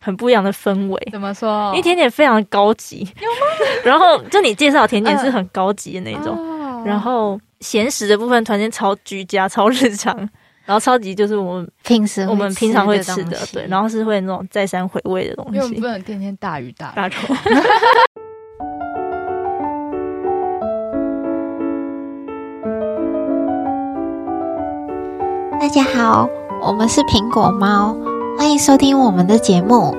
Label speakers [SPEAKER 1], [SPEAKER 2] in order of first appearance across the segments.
[SPEAKER 1] 很不一样的氛围。
[SPEAKER 2] 怎么说？
[SPEAKER 1] 因为甜点非常高级， 然后就你介绍甜点是很高级的那种，
[SPEAKER 2] 嗯哦
[SPEAKER 1] 然后咸食的部分团建超居家、 超日常，然后超级就是我们
[SPEAKER 3] 平时
[SPEAKER 1] 我们平常会吃
[SPEAKER 3] 的
[SPEAKER 1] 的
[SPEAKER 3] 东，西，
[SPEAKER 1] 对，然后是会那种再三回味的
[SPEAKER 2] 因为
[SPEAKER 1] 东
[SPEAKER 2] 我们
[SPEAKER 1] 西
[SPEAKER 2] 不。能天天大鱼大肉。
[SPEAKER 1] 大头，
[SPEAKER 3] 大家好，我们是苹果猫，欢迎收听我们的节目。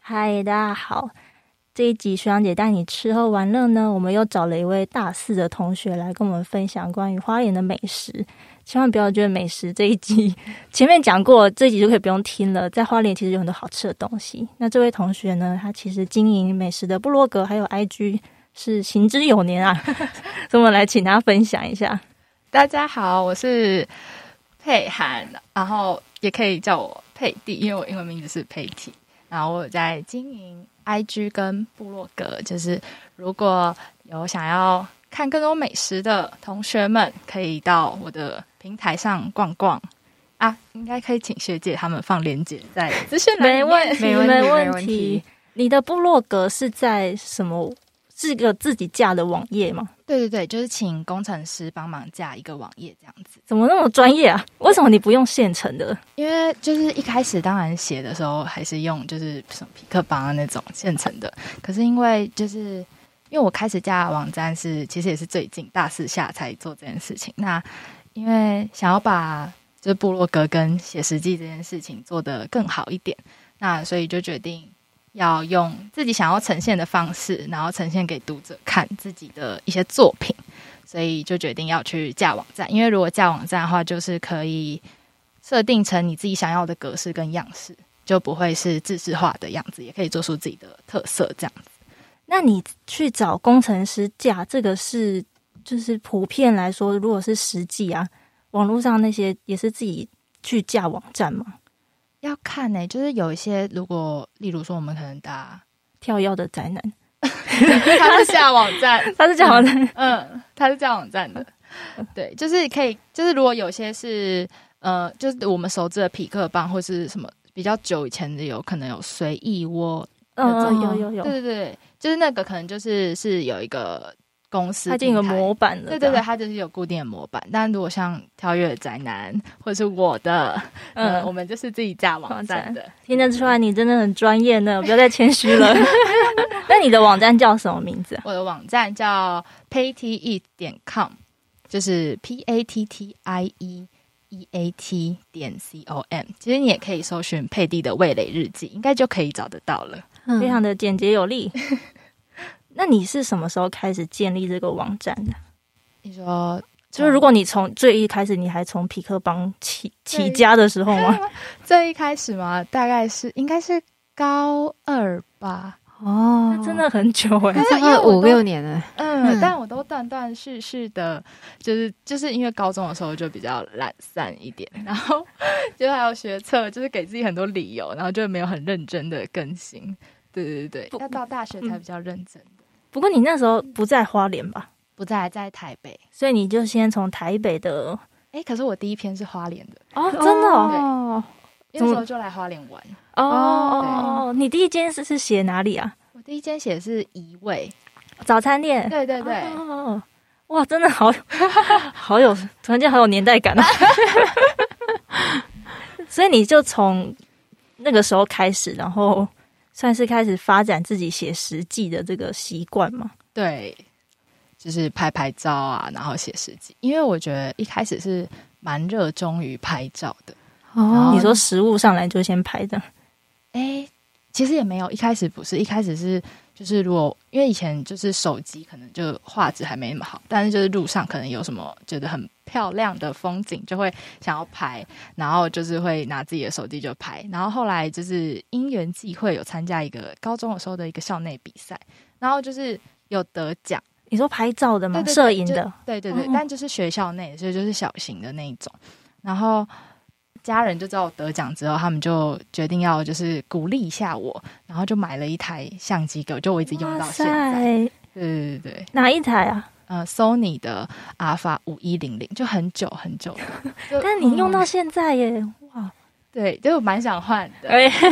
[SPEAKER 1] 嗨，大家好。这一集学长姐带你吃喝玩乐呢，我们又找了一位大四的同学来跟我们分享关于花莲的美食。千万不要觉得美食这一集 前面讲过，这一集就可以不用听了。在花莲其实有很多好吃的东西。那这位同学呢，他其实经营美食的部落格还有 IG 是行之有年啊， 所以我们来请他分享一下。
[SPEAKER 2] 大家好，我是佩涵，然后也可以叫我佩蒂，因为我英文名字是佩蒂。然后我有在经营 IG 跟部落格，就是如果有想要看更多美食的同学们，可以到我的平台上逛逛啊，应该可以请学姐他们放链接在资讯栏里
[SPEAKER 1] 没
[SPEAKER 2] 面。
[SPEAKER 1] 问题，
[SPEAKER 3] 没问题
[SPEAKER 1] 没
[SPEAKER 3] 没
[SPEAKER 1] 问题
[SPEAKER 3] 问题。
[SPEAKER 1] 你的部落格是在什么？是个自己架的网页吗？
[SPEAKER 2] 对对对，就是请工程师帮忙架一个网页这样子。
[SPEAKER 1] 怎么那么专业啊？为什么你不用现成的？
[SPEAKER 2] 因为就是一开始当然写的时候还是用就是什么匹克邦啊那种现成的，可是因为就是因为我开始架网站是其实也是最近大四下才做这件事情，那因为想要把就是部落格跟写实记这件事情做得更好一点，那所以就决定要用自己想要呈现的方式，然后呈现给读者看自己的一些作品，所以就决定要去架网站，因为如果架网站的话，就是可以。设定成你自己想要的格式跟样式，就不会是制式化的样子，也可以做出自己的特色这样子。
[SPEAKER 1] 那你去找工程师架这个是，就是普遍来说，如果是实际啊，网络上那些也是自己去架网站嘛，
[SPEAKER 2] 要看呢、就是有一些如果，例如说我们可能 打
[SPEAKER 1] 跳跃的宅男，
[SPEAKER 2] 他是下网站，
[SPEAKER 1] 他是架网站，
[SPEAKER 2] 嗯，他是下网站 的，对，就是可以，就是如果有些是呃，就是我们熟知的匹克棒或是什么比较久以前的有，可能有随意窝，
[SPEAKER 1] 嗯，
[SPEAKER 2] 那
[SPEAKER 1] 嗯
[SPEAKER 2] 种
[SPEAKER 1] 有有有，
[SPEAKER 2] 对对对，就是那个可能就是是有一个公司
[SPEAKER 1] 他已经有个
[SPEAKER 2] 平台
[SPEAKER 1] 模板了，
[SPEAKER 2] 对对对，，它就是有固定的模板。但如果像跳跃宅男或者是我的，嗯、我
[SPEAKER 1] 嗯，
[SPEAKER 2] 们就是自己架网站的。
[SPEAKER 1] 听得出来你真的很专业 呢，不要再谦虚了。那你的网站叫什么名字啊？
[SPEAKER 2] 我的网站叫 payte 点 com，就是 p a t t i e e a t 点 c o m。其实你也可以搜寻佩蒂的味蕾日记，应该就可以找得到了。
[SPEAKER 3] 嗯
[SPEAKER 1] 非常的简洁有 力。那你是什么时候开始建立这个网站的？
[SPEAKER 2] 你说，
[SPEAKER 1] 就是如果你从最一开始，你还从匹克邦起
[SPEAKER 2] 对
[SPEAKER 1] 起家的时候吗？
[SPEAKER 2] 最一开始嘛，大概是应该是高二吧。
[SPEAKER 3] 哦
[SPEAKER 1] 真的很久哎、
[SPEAKER 2] 但
[SPEAKER 3] 大
[SPEAKER 2] 是因为
[SPEAKER 3] 概
[SPEAKER 2] 我
[SPEAKER 3] 五
[SPEAKER 2] 都
[SPEAKER 3] 六年了，
[SPEAKER 2] 嗯
[SPEAKER 3] 嗯，
[SPEAKER 2] 但我都断断续续的，就是就是因为高中的时候就比较懒散一点，然后 就还有学测，就是给自己很多理由，然后就没有很认真的更新。对对对
[SPEAKER 1] 不
[SPEAKER 2] 对，要到大学才比较认真。
[SPEAKER 1] 不过你那时候不在花莲吧，
[SPEAKER 2] 不在在台北，
[SPEAKER 1] 所以你就先从台北的
[SPEAKER 2] 哎，可是我第一篇是花莲的，
[SPEAKER 1] 哦，真的哦
[SPEAKER 3] 哦，
[SPEAKER 2] 因为那时候就来花莲玩。
[SPEAKER 1] 哦
[SPEAKER 3] 哦
[SPEAKER 1] 哦，你第一间是是写哪里啊？
[SPEAKER 2] 我第一间写的是移位，
[SPEAKER 1] 早餐店。
[SPEAKER 2] 对对对，
[SPEAKER 1] 哦，哇，真的好 好有，突然间好有年代 感啊！所以你就从那个时候开始，然后算是开始发展自己写实记的这个习惯嘛？
[SPEAKER 2] 对，就是拍拍照啊，然后写实记，因为我觉得一开始是蛮热衷于拍照的。
[SPEAKER 3] 哦，
[SPEAKER 1] 你说食物上来就先拍的，
[SPEAKER 2] 哎，其实也没有，一开始不是，一开始是就是如果因为以前就是手机可能就画质还没那么好，但是就是路上可能有什么觉得很漂亮的风景，就会想要拍，然后就是会拿自己的手机就拍，然后后来就是因缘际会有参加一个高中的时候的一个校内比赛，然后就是有得奖。
[SPEAKER 1] 你说拍照的嘛，
[SPEAKER 2] 对对对
[SPEAKER 1] 摄影
[SPEAKER 2] 就
[SPEAKER 1] 的，
[SPEAKER 2] 对对对，
[SPEAKER 1] 哦
[SPEAKER 2] 但就是学校内，所以就是小型的那一种。然后家人就知道我得奖之后，他们就决定要就是鼓励一下我，然后就买了一台相机给我，就我一直用到现在。对对对对，
[SPEAKER 1] 哪一台啊？
[SPEAKER 2] 呃 Sony 的 Alpha 五一零零，就很久很久了。 就
[SPEAKER 1] 但你用到
[SPEAKER 2] 嗯
[SPEAKER 1] 现在耶，哇！
[SPEAKER 2] 对，就蛮想换的。
[SPEAKER 1] 哎，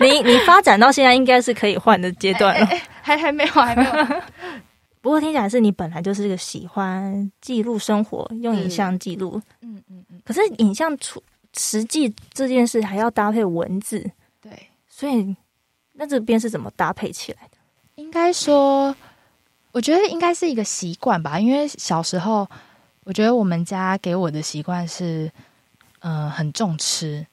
[SPEAKER 1] 你你发展到现在应该是可以换的阶段 了。
[SPEAKER 2] 哎还还没有，还没有。
[SPEAKER 1] 不过听起来是你本来就是个喜欢记录生活，用影
[SPEAKER 2] 嗯
[SPEAKER 1] 像记录。
[SPEAKER 2] 嗯嗯嗯，
[SPEAKER 1] 可是影像除实际这件事还要搭配文字，
[SPEAKER 2] 对，
[SPEAKER 1] 所以那这边是怎么搭配起来的？
[SPEAKER 2] 应该说，我觉得应该是一个习惯吧，因为小时候，我觉得我们家给我的习惯是，嗯、很重吃，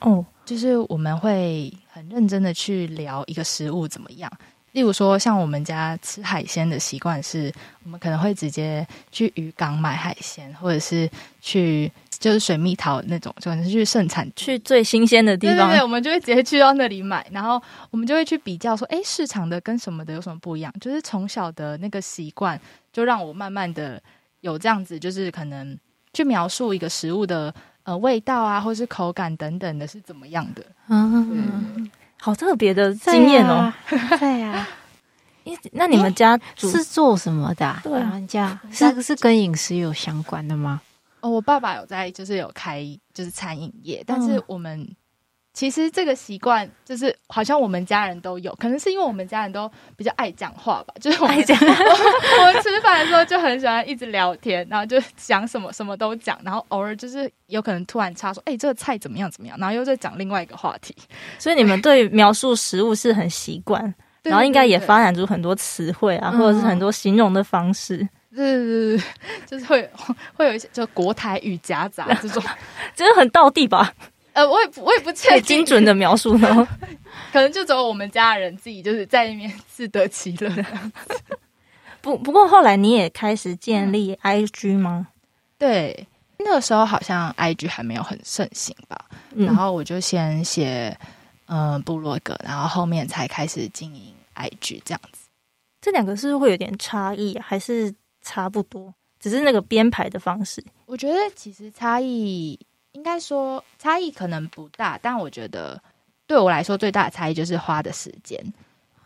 [SPEAKER 1] 哦，
[SPEAKER 2] 就是我们会很认真的去聊一个食物怎么样。例如说，像我们家吃海鲜的习惯是，我们可能会直接去渔港买海鲜，或者是去就是水蜜桃那种，可能是去盛产
[SPEAKER 1] 去最新鲜的地
[SPEAKER 2] 对
[SPEAKER 1] 方
[SPEAKER 2] 对对，我们就会直接去到那里买，然后我们就会去比较说，哎，市场的跟什么的有什么不一样？就是从小的那个习惯，就让我慢慢的有这样子，就是可能去描述一个食物的呃味道啊，或是口感等等的是怎么样的。
[SPEAKER 3] 嗯，
[SPEAKER 1] 好特别的经验哦。
[SPEAKER 2] 啊
[SPEAKER 3] 对呀，
[SPEAKER 1] 因那你们家煮
[SPEAKER 3] 是做什么的啊？
[SPEAKER 1] 对啊
[SPEAKER 3] 老人家
[SPEAKER 2] 家
[SPEAKER 3] 是是跟饮食有相关的吗？
[SPEAKER 2] 哦，我爸爸有在就是有开就是餐饮业，但
[SPEAKER 1] 嗯
[SPEAKER 2] 是我们、其实这个习惯就是好像我们家人都有，可能是因为我们家人都比较爱讲话吧，就是我们
[SPEAKER 1] 爱讲
[SPEAKER 2] 我们吃饭的时候就很喜欢一直聊天，然后就讲什么什么都讲，然后偶尔就是有可能突然插说，哎、这个菜怎么样怎么样，然后又再讲另外一个话题，
[SPEAKER 1] 所以你们对描述食物是很习惯，
[SPEAKER 2] 对
[SPEAKER 1] 然后应该也。
[SPEAKER 2] 对对嗯
[SPEAKER 1] 发展出很多词汇啊，或者是很多形容的方式，
[SPEAKER 2] 对对对对，就是会会有一些就国台语夹杂这 种，
[SPEAKER 1] 这是很道地吧，
[SPEAKER 2] 呃，我也不我也不
[SPEAKER 1] 可
[SPEAKER 2] 确
[SPEAKER 1] 以
[SPEAKER 2] 定
[SPEAKER 1] 精，准的描述呢。
[SPEAKER 2] 可能就只有我们家人自己就是在里面 自得其乐。
[SPEAKER 1] 不不过后来你也开始建立 IG 嗯吗？
[SPEAKER 2] 对，那个时候好像 IG 还没有很盛行吧，
[SPEAKER 1] 嗯
[SPEAKER 2] 然后我就先写嗯、呃部落格，然后后面才开始经营 IG 这样子。
[SPEAKER 1] 这两个是不是会有点差异啊，还是差不多？只是那个编排的方式，
[SPEAKER 2] 我觉得其实差异，应该说差异可能不大，但我觉得对我来说最大的差异就是花的时间，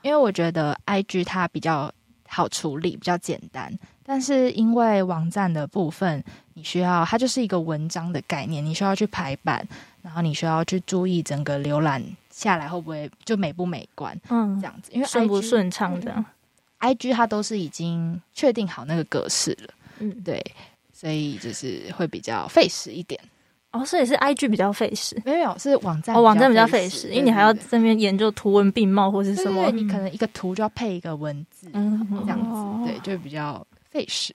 [SPEAKER 2] 因为我觉得 IG 它比较好处理，比较简单。但是因为网站的部分，你需要它就是一个文章的概念，你需要去排版，然后你需要去注意整个浏览下来会不会就美不美观
[SPEAKER 1] 嗯
[SPEAKER 2] 这，样子，因为嗯 IG,
[SPEAKER 1] 顺不顺畅这样。
[SPEAKER 2] IG 它都是已经确定好那个格式了，
[SPEAKER 1] 嗯，
[SPEAKER 2] 对，所以就是会比较费时一点。
[SPEAKER 1] 哦，所以是 IG 比较费时，
[SPEAKER 2] 没有没有，是网站
[SPEAKER 1] 哦，网站比较
[SPEAKER 2] 费
[SPEAKER 1] 费
[SPEAKER 2] 时，
[SPEAKER 1] 时，因为你还要
[SPEAKER 2] 对
[SPEAKER 1] 这边研究图文并茂或是什
[SPEAKER 2] 对对
[SPEAKER 1] 么
[SPEAKER 2] 对，你可能一个图就要配一个文字，
[SPEAKER 1] 嗯，嗯
[SPEAKER 2] 这样子，
[SPEAKER 1] 哦
[SPEAKER 2] 对，就比较费时。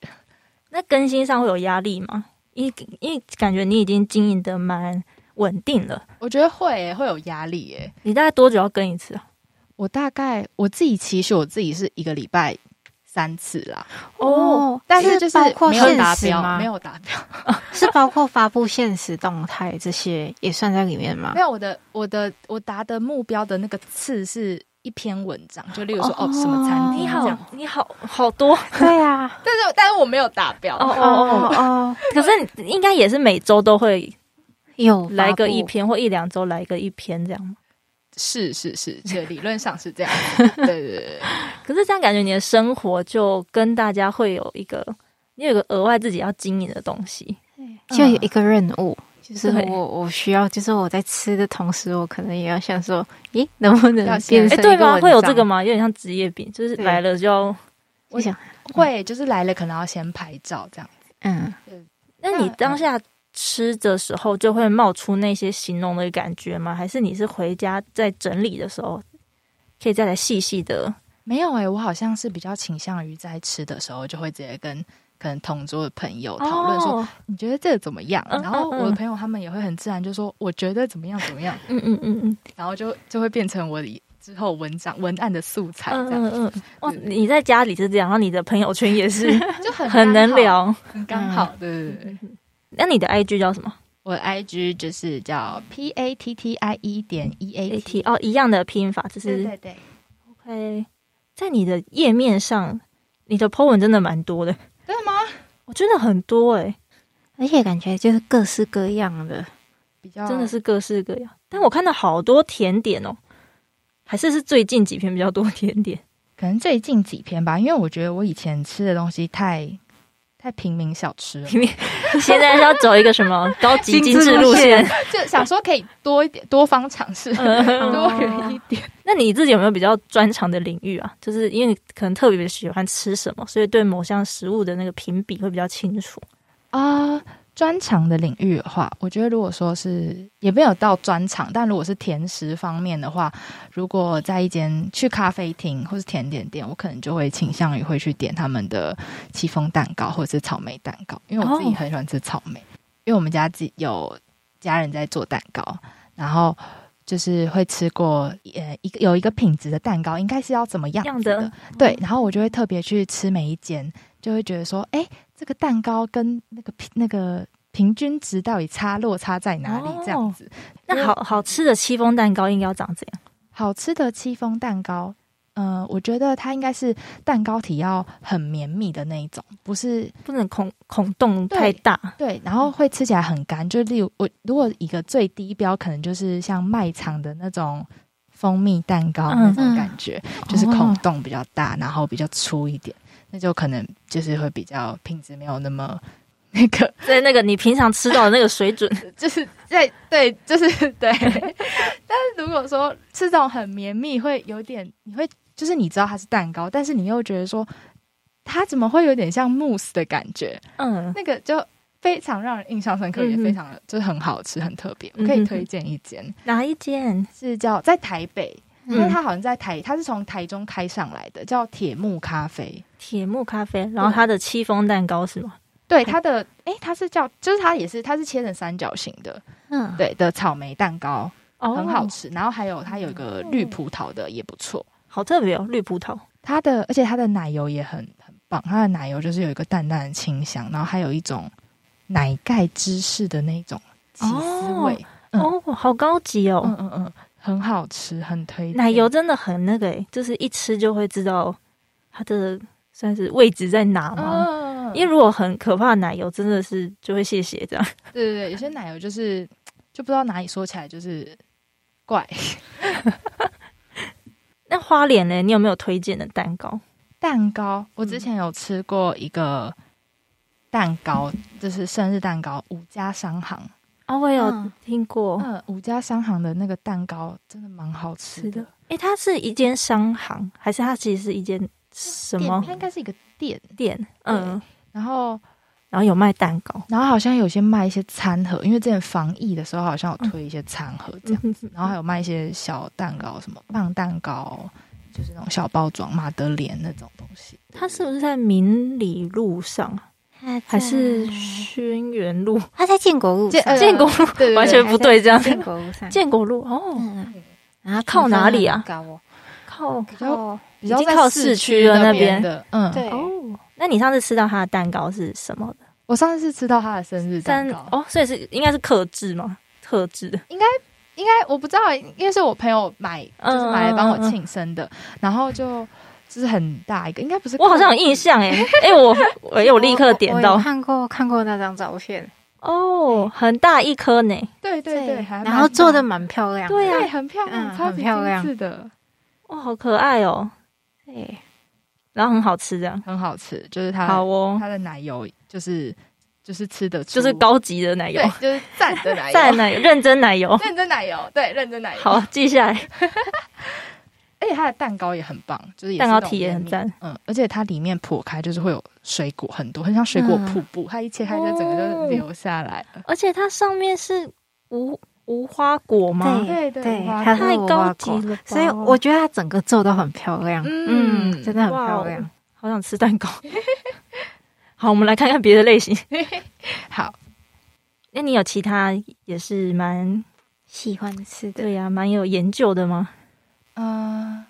[SPEAKER 1] 那更新上会有压力吗？因因为感觉你已经经营的蛮稳定了，
[SPEAKER 2] 我觉得会欸会有压力耶。
[SPEAKER 1] 你大概多久要更一次啊？
[SPEAKER 2] 我大概我自己期许我自己是一个礼拜三次啦，
[SPEAKER 1] 哦，
[SPEAKER 2] 但是就是
[SPEAKER 3] 包括
[SPEAKER 2] 没有
[SPEAKER 3] 现
[SPEAKER 2] 达
[SPEAKER 3] 实
[SPEAKER 2] 标，
[SPEAKER 3] 吗
[SPEAKER 2] 没？有达标。
[SPEAKER 3] 是包括发布现实动态这些也算在里面吗
[SPEAKER 2] 没？有我的我的我达的目标的那个次是。一篇文章，就例如说哦
[SPEAKER 3] 哦
[SPEAKER 2] 什么餐厅
[SPEAKER 1] 你
[SPEAKER 2] 这样，
[SPEAKER 1] 好，你好好多
[SPEAKER 3] 对啊，
[SPEAKER 2] 但是但是我没有达标，
[SPEAKER 1] 哦
[SPEAKER 3] 哦哦哦，
[SPEAKER 1] 可是你应该也是每周都会
[SPEAKER 3] 有
[SPEAKER 1] 来个一
[SPEAKER 3] 篇。
[SPEAKER 1] 篇，或一两周来个一篇这样吗？
[SPEAKER 2] 是是是，这个理论上是这样 子，对对对对。
[SPEAKER 1] 可是这样感觉你的生活就跟大家会有一个，你有一个额外自己要经营的东西。
[SPEAKER 3] 就有一个任务，就是
[SPEAKER 1] 嗯对
[SPEAKER 3] 我我需要，就是我在吃的同时，我可能也要想说，咦，能不能
[SPEAKER 2] 要
[SPEAKER 3] 变
[SPEAKER 2] 先
[SPEAKER 1] 哎、
[SPEAKER 3] 成
[SPEAKER 1] 对
[SPEAKER 3] 一个
[SPEAKER 1] 吗？
[SPEAKER 3] 文
[SPEAKER 1] 会有
[SPEAKER 3] 章
[SPEAKER 1] 这个？吗？有点像职业病，就是
[SPEAKER 2] 对
[SPEAKER 1] 来了就要。
[SPEAKER 3] 我想，
[SPEAKER 2] 会，就是来了可能要先拍照这样。
[SPEAKER 3] 嗯，
[SPEAKER 1] 那你
[SPEAKER 2] 那
[SPEAKER 1] 当下吃的时候就会冒出那些形容的感觉吗？还是你是回家在整理的时候，可以再来细细的？
[SPEAKER 2] 没有哎、我好像是比较倾向于在吃的时候就会直接跟可能同桌的朋友讨论说、
[SPEAKER 1] 哦，
[SPEAKER 2] 你觉得这个怎么样？
[SPEAKER 1] 嗯
[SPEAKER 2] 然后
[SPEAKER 1] 嗯嗯
[SPEAKER 2] 我的朋友他们也会很自然就说我觉得怎么样怎么样，
[SPEAKER 1] 嗯嗯嗯嗯
[SPEAKER 2] 然后就就会变成我以之后文章文案的素材这样，
[SPEAKER 1] 嗯嗯嗯，哇，
[SPEAKER 2] 对
[SPEAKER 1] 你在家里是这样，然后你的朋友圈也是
[SPEAKER 2] 就 很
[SPEAKER 1] 嗯很
[SPEAKER 2] 刚
[SPEAKER 1] 能
[SPEAKER 2] 好，
[SPEAKER 1] 聊。嗯
[SPEAKER 2] 很刚好。对对对，
[SPEAKER 1] 那你的 IG 叫什么
[SPEAKER 2] 我的 IG 就是叫 P A T T I E 点 E A
[SPEAKER 1] ？A T
[SPEAKER 2] T，
[SPEAKER 1] 哦，一样的拼法，只
[SPEAKER 2] 对
[SPEAKER 1] 是
[SPEAKER 2] 对对。
[SPEAKER 1] OK。在你的页面上，你的 po 文真的蛮多的，
[SPEAKER 2] 对吗？
[SPEAKER 1] 我真的很多哎、
[SPEAKER 3] 而且感觉就是各式各样的，
[SPEAKER 2] 比较
[SPEAKER 1] 真的是各式各样。 但我看到好多甜点哦，还是是最近几篇比较多甜点。
[SPEAKER 2] 可能最近几篇吧，因为我觉得我以前吃的东西太太平民小吃了，
[SPEAKER 1] 现在是要走一个什么高级精致路线？嗯
[SPEAKER 2] 就想说可以多一点，多方尝 试，多元一点。
[SPEAKER 1] 那你自己有没有比较专长的领域啊？就是因为你可能特别喜欢吃什么，所以对某项食物的那个评比会比较清楚。
[SPEAKER 2] 啊、专长的领域的话，我觉得如果说是也没有到专长，但如果是甜食方面的话，如果在一间去咖啡厅或是甜点店，我可能就会倾向于会去点他们的戚风蛋糕或者是草莓蛋糕，因为我自己
[SPEAKER 1] 哦
[SPEAKER 2] 很喜欢吃草莓，因为我们家自己有家人在做蛋糕，然后。就是会吃过，呃，一个有一个品质的蛋糕，应该是要怎么样
[SPEAKER 1] 样
[SPEAKER 2] 子的？
[SPEAKER 1] 的嗯
[SPEAKER 2] 对，然后我就会特别去吃每一间，就会觉得说，哎，这个蛋糕跟那个平那个平均值到底差落差在哪里？这样
[SPEAKER 1] 哦
[SPEAKER 2] 子，
[SPEAKER 1] 那好好吃的戚风蛋糕应该要长怎样？
[SPEAKER 2] 好吃的戚风蛋糕，呃，我觉得它应该是蛋糕体要很绵密的那一种，不是
[SPEAKER 1] 不能孔孔洞
[SPEAKER 2] 对
[SPEAKER 1] 太大。
[SPEAKER 2] 对，然后会吃起来很干。就例如我如果一个最低标，可能就是像卖场的那种。蜂蜜蛋糕那
[SPEAKER 1] 嗯
[SPEAKER 2] 种感觉，就是孔
[SPEAKER 1] 哦
[SPEAKER 2] 洞比较大，然后比较粗一点，那就可能就是会比较品质没有那么那个
[SPEAKER 1] 在那个你平常吃到的那个水 准，
[SPEAKER 2] 就是在对，就是 对。但是如果说吃这种很绵密，会有点，你会就是你知道它是蛋糕，但是你又觉得说它怎么会有点像慕斯的感觉？
[SPEAKER 1] 嗯，
[SPEAKER 2] 那个就非常让人印象深刻，
[SPEAKER 1] 嗯
[SPEAKER 2] 也
[SPEAKER 1] 哼
[SPEAKER 2] 非常的就是很好吃，很特别。
[SPEAKER 1] 嗯哼
[SPEAKER 2] 我可以推荐一间，
[SPEAKER 1] 哪一间？
[SPEAKER 2] 是叫在台北，因为
[SPEAKER 1] 嗯
[SPEAKER 2] 它好像在台，它是从台中开上来的，叫铁木咖啡。
[SPEAKER 1] 铁木咖啡，然后它的戚风蛋糕是吗？
[SPEAKER 2] 对它的，诶，它是叫，就是它也是，它是切成三角形的，
[SPEAKER 3] 嗯，
[SPEAKER 2] 对的草莓蛋糕，
[SPEAKER 1] 哦
[SPEAKER 2] 很好，吃。然后还有它有一个绿葡萄的也不错，
[SPEAKER 1] 好特别哦，绿葡萄。
[SPEAKER 2] 它的而且它的奶油也很很棒，它的奶油就是有一个淡淡的清香，然后还有一种奶盖芝士的那种起司味，嗯
[SPEAKER 1] 哦，好高级
[SPEAKER 2] 嗯
[SPEAKER 1] 哦，
[SPEAKER 2] 嗯嗯，很好吃，很推荐
[SPEAKER 1] 奶油真的很那个诶，就是一吃就会知道它的算是位置在哪吗？
[SPEAKER 2] 嗯，
[SPEAKER 1] 因为如果很可怕的奶油，真的是就会谢谢这样。
[SPEAKER 2] 对对对，有些奶油就是就不知道哪里说起来就是怪
[SPEAKER 1] 那花莲嘞，你有没有推荐的蛋糕？
[SPEAKER 2] 蛋糕。我之前有吃过一个蛋糕，就是生日蛋糕，五家商行。
[SPEAKER 1] 哦，我有
[SPEAKER 3] 嗯
[SPEAKER 1] 听过，
[SPEAKER 2] 嗯，五家商行的那个蛋糕真的蛮好吃
[SPEAKER 1] 是
[SPEAKER 2] 的
[SPEAKER 1] 的。诶，它是一间商行，还是它其实是一间什
[SPEAKER 2] 店
[SPEAKER 1] 么
[SPEAKER 2] 它应该是一个哦店，
[SPEAKER 1] 店？嗯，
[SPEAKER 2] 然后
[SPEAKER 1] 然后有卖蛋糕。
[SPEAKER 2] 然后好像有些卖一些餐盒，因为之前防疫的时候好像有推一些餐盒这样，
[SPEAKER 1] 嗯
[SPEAKER 2] 然后还有卖一些小蛋糕，什么棒蛋糕，就是那种小包装马德莲那种东西。
[SPEAKER 1] 它是不是在民里路上，啊
[SPEAKER 3] 它在
[SPEAKER 1] 嗯还是轩辕路、
[SPEAKER 3] 它在建国路
[SPEAKER 2] 建
[SPEAKER 3] 上，
[SPEAKER 2] 呃
[SPEAKER 1] 建国路？
[SPEAKER 2] 对对
[SPEAKER 1] 完全不对，这样
[SPEAKER 3] 建国路上，
[SPEAKER 1] 建国路哦，
[SPEAKER 3] 嗯，然后
[SPEAKER 1] 靠啊哪里啊
[SPEAKER 3] 评分很高哦
[SPEAKER 1] 靠
[SPEAKER 3] 靠
[SPEAKER 2] 比较
[SPEAKER 1] 已经
[SPEAKER 2] 在
[SPEAKER 1] 靠市
[SPEAKER 2] 市
[SPEAKER 1] 区了
[SPEAKER 2] 那
[SPEAKER 1] 那边
[SPEAKER 2] 的，嗯，
[SPEAKER 3] 对
[SPEAKER 1] 哦。那你上次吃到它的蛋糕是什么的？
[SPEAKER 2] 我上次吃到他的生日蛋
[SPEAKER 1] 但
[SPEAKER 2] 糕，
[SPEAKER 1] 哦，所以是应该是克制吗？特制的
[SPEAKER 2] 应该我不知道，因为是我朋友买，就是买来帮我
[SPEAKER 1] 嗯嗯嗯嗯
[SPEAKER 2] 庆生的，然后就就是很大一个，应该不是
[SPEAKER 1] 我好像有印 象哎哎、诶我我有立刻点
[SPEAKER 3] 我我
[SPEAKER 1] 到
[SPEAKER 3] 有看过看过那张照片，
[SPEAKER 1] 哦，很大一颗呢，
[SPEAKER 2] 对对对，还蛮
[SPEAKER 3] 然后做的
[SPEAKER 2] 大
[SPEAKER 3] 蛮漂亮的，
[SPEAKER 1] 对
[SPEAKER 2] 对，
[SPEAKER 1] 啊，
[SPEAKER 2] 很漂亮，
[SPEAKER 3] 嗯
[SPEAKER 2] 超
[SPEAKER 3] 很
[SPEAKER 2] 级
[SPEAKER 3] 漂
[SPEAKER 2] 精
[SPEAKER 3] 亮
[SPEAKER 2] 致的，
[SPEAKER 1] 哇，好可爱哦，
[SPEAKER 3] 对，
[SPEAKER 1] 然后很好吃这样，
[SPEAKER 2] 很好吃，就是它
[SPEAKER 1] 好哦，
[SPEAKER 2] 它的奶油就是就是吃的
[SPEAKER 1] 就是高级的奶油
[SPEAKER 2] 对，，就是赞的 奶
[SPEAKER 1] 赞
[SPEAKER 2] 油，
[SPEAKER 1] 奶油，认真奶油，
[SPEAKER 2] 认真奶油，对，认真奶油。
[SPEAKER 1] 好，记下 来，
[SPEAKER 2] 而且它的蛋糕也很棒，就是也是
[SPEAKER 1] 蛋糕
[SPEAKER 2] 那种
[SPEAKER 1] 体也很
[SPEAKER 2] 绵密，
[SPEAKER 1] 赞。
[SPEAKER 2] 嗯，而且它里面破开就是会有水果很多，很像水
[SPEAKER 1] 嗯
[SPEAKER 2] 果瀑布，它一切开就整个就
[SPEAKER 1] 哦
[SPEAKER 2] 流下来了，
[SPEAKER 1] 而且它上面是无无花果吗？
[SPEAKER 2] 对对
[SPEAKER 3] 对，
[SPEAKER 2] 花
[SPEAKER 3] 它是
[SPEAKER 1] 太
[SPEAKER 3] 无
[SPEAKER 1] 高
[SPEAKER 3] 花
[SPEAKER 1] 级
[SPEAKER 3] 果
[SPEAKER 1] 了吧，
[SPEAKER 3] 所以我觉得它整个做的很漂亮，
[SPEAKER 2] 嗯，
[SPEAKER 3] 真的很
[SPEAKER 1] 哦哇
[SPEAKER 3] 漂
[SPEAKER 1] 哦
[SPEAKER 3] 亮。
[SPEAKER 1] 好想吃 蛋糕。好，我们来看看别的类型。
[SPEAKER 2] 好，
[SPEAKER 1] 那你有其他也是蛮
[SPEAKER 3] 喜欢吃的，
[SPEAKER 1] 对呀、蛮有研究的吗？
[SPEAKER 2] 嗯，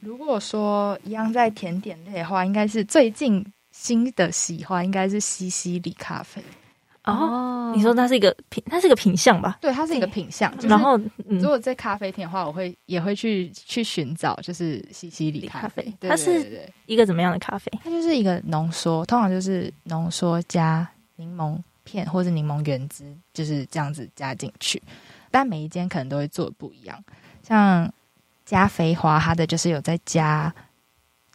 [SPEAKER 2] 如果说一样在甜点类的话，应该是最近新的喜欢应该是西西里咖啡，
[SPEAKER 3] 哦
[SPEAKER 1] 你说它是一个品，它是一个品相吧？
[SPEAKER 2] 对，它是一个
[SPEAKER 3] 对
[SPEAKER 2] 品相，就是
[SPEAKER 1] 然后
[SPEAKER 2] 如
[SPEAKER 1] 嗯，
[SPEAKER 2] 果在咖啡厅的话，我会也会去去寻找，就是西西里
[SPEAKER 1] 咖
[SPEAKER 2] 咖啡
[SPEAKER 1] 啡。
[SPEAKER 2] 对
[SPEAKER 1] 它
[SPEAKER 2] 对
[SPEAKER 1] 是
[SPEAKER 2] 对对
[SPEAKER 1] 一个怎么样的咖啡？
[SPEAKER 2] 它就是一个浓缩，通常就是浓缩加柠檬片或是柠檬原汁，就是这样子加进去。但每一间可能都会做得不一样，像加菲花，它的就是有在加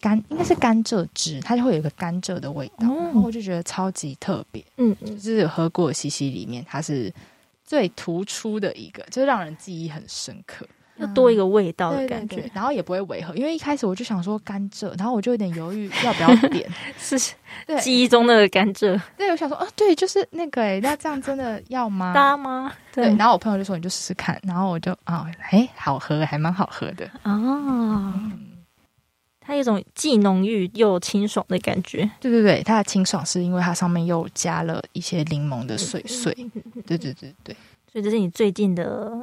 [SPEAKER 2] 甘，应该是甘蔗汁，它就会有一个甘蔗的味道，
[SPEAKER 1] 哦
[SPEAKER 2] 然后我就觉得超级特别。
[SPEAKER 1] 嗯
[SPEAKER 2] 就
[SPEAKER 1] 嗯
[SPEAKER 2] 是喝过的西西里面，它是最突出的一个，就是让人记忆很深刻。
[SPEAKER 1] 又多一个味道的
[SPEAKER 2] 对
[SPEAKER 1] 感
[SPEAKER 2] 对
[SPEAKER 1] 觉
[SPEAKER 2] 对，，然后也不会违和，因为一开始我就想说甘蔗，然后我就有点犹豫要不要 点。
[SPEAKER 1] 是
[SPEAKER 2] 对
[SPEAKER 1] 记忆中那个甘蔗
[SPEAKER 2] 对，我想说，哦，对，就是那个诶，那这样真的要吗？
[SPEAKER 1] 搭吗？
[SPEAKER 2] 对，然后我朋友就说你就试试看，然后我就啊，哎、好喝，还蛮好喝的。
[SPEAKER 1] 啊，它有一种既浓郁又清爽的感觉。
[SPEAKER 2] 对对对，它的清爽是因为它上面又加了一些柠檬的
[SPEAKER 1] 嗯
[SPEAKER 2] 碎碎。对对对对
[SPEAKER 1] 所以这是你最近的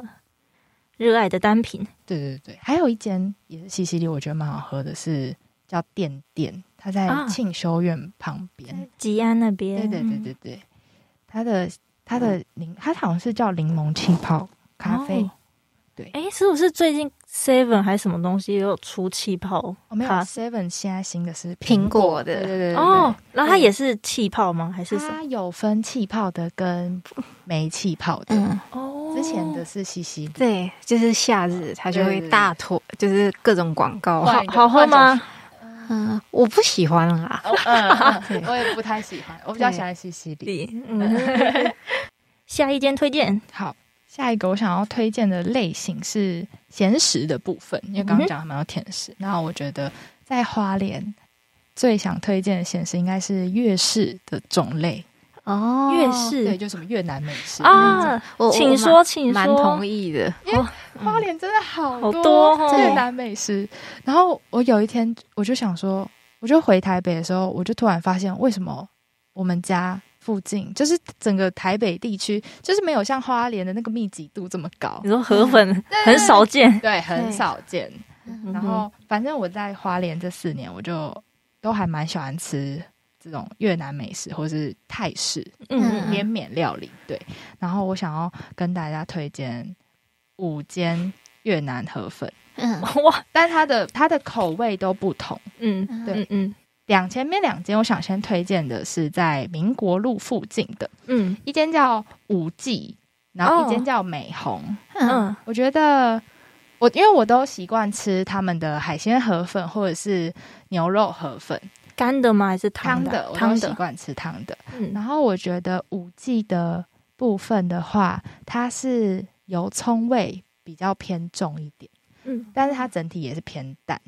[SPEAKER 1] 热爱的单品
[SPEAKER 2] 对对对，还有一间也是西西里，我觉得蛮好喝的是，叫店店，它在
[SPEAKER 1] 啊
[SPEAKER 2] 庆修院旁边。
[SPEAKER 1] ——吉安那边。
[SPEAKER 2] 对对对对对，它的它的柠，它好像是叫柠檬气泡咖啡。
[SPEAKER 1] 哦
[SPEAKER 2] 哦
[SPEAKER 1] 哎，是不是最近 Seven 还是什么东西有出气泡
[SPEAKER 2] 哦没有
[SPEAKER 1] 咖
[SPEAKER 2] ，Seven 现在新的是
[SPEAKER 3] 苹果
[SPEAKER 2] 对对
[SPEAKER 3] 的，
[SPEAKER 2] 对对
[SPEAKER 1] 哦，然后它
[SPEAKER 2] 对
[SPEAKER 1] 也是气泡吗？还是什么？
[SPEAKER 2] 它有分气泡的跟没气泡的。
[SPEAKER 3] 嗯，
[SPEAKER 1] 哦
[SPEAKER 2] 之前的是西西里，
[SPEAKER 3] 对，就是夏日它就
[SPEAKER 2] 对
[SPEAKER 3] 会
[SPEAKER 2] 对对
[SPEAKER 3] 大坨，就是各种广告。
[SPEAKER 2] 换
[SPEAKER 1] 好
[SPEAKER 2] 一个
[SPEAKER 1] 哦好喝吗？
[SPEAKER 3] 嗯，我不喜欢 啦。
[SPEAKER 2] 哦嗯，嗯 我也不太喜欢，我比较喜欢西西里。
[SPEAKER 1] 嗯， 下一间推荐
[SPEAKER 2] 好，下一个我想要推荐的类型是咸食的部分，因为刚
[SPEAKER 1] 嗯哼
[SPEAKER 2] 刚讲他们要甜食，那我觉得在花莲最想推荐的咸食应该是粤式的种类，
[SPEAKER 3] 哦
[SPEAKER 1] 粤
[SPEAKER 2] 对，
[SPEAKER 1] 式
[SPEAKER 2] 就什么越南美食那种。
[SPEAKER 1] 啊，
[SPEAKER 3] 我
[SPEAKER 1] 请说，请
[SPEAKER 3] 蛮
[SPEAKER 1] 说
[SPEAKER 3] 同。意的。
[SPEAKER 2] 花莲真的好
[SPEAKER 1] 好多哦
[SPEAKER 2] 越南美食。然后我有一天我就想说，我就回台北的时候，我就突然发现为什么我们家。附近就是整个台北地区，就是没有像花莲的那个密集度这么高
[SPEAKER 1] 你，说河粉
[SPEAKER 2] 嗯对
[SPEAKER 1] 很少见，
[SPEAKER 2] 对，很
[SPEAKER 3] 对
[SPEAKER 2] 少见。然
[SPEAKER 1] 嗯
[SPEAKER 2] 后反正我在花莲这四年，我就都还蛮喜欢吃这种越南美食或是泰式
[SPEAKER 1] 嗯
[SPEAKER 2] 缅缅料理。对，然后我想要跟大家推荐五间越南河粉，
[SPEAKER 3] 嗯
[SPEAKER 1] 嗯哇，
[SPEAKER 2] 但它的它的口味都不同。
[SPEAKER 1] 嗯
[SPEAKER 3] 嗯
[SPEAKER 1] 嗯嗯
[SPEAKER 2] 两前面两间，我想先推荐的是在民国路附近的
[SPEAKER 1] 嗯
[SPEAKER 2] 一间叫五季，然后
[SPEAKER 1] 哦
[SPEAKER 2] 一间叫美红。
[SPEAKER 3] 嗯
[SPEAKER 1] 嗯
[SPEAKER 2] 我觉得我因为我都习惯吃他们的海鲜河粉或者是牛肉河粉，
[SPEAKER 1] 干的吗？还是
[SPEAKER 2] 汤
[SPEAKER 1] 的？
[SPEAKER 2] 的我都
[SPEAKER 1] 汤
[SPEAKER 2] 习
[SPEAKER 1] 的，
[SPEAKER 2] 惯吃汤的。然
[SPEAKER 1] 嗯
[SPEAKER 2] 后我觉得五 G 的部分的话，它是油葱味比较偏重一点，
[SPEAKER 1] 嗯
[SPEAKER 2] 但是它整体也是偏淡。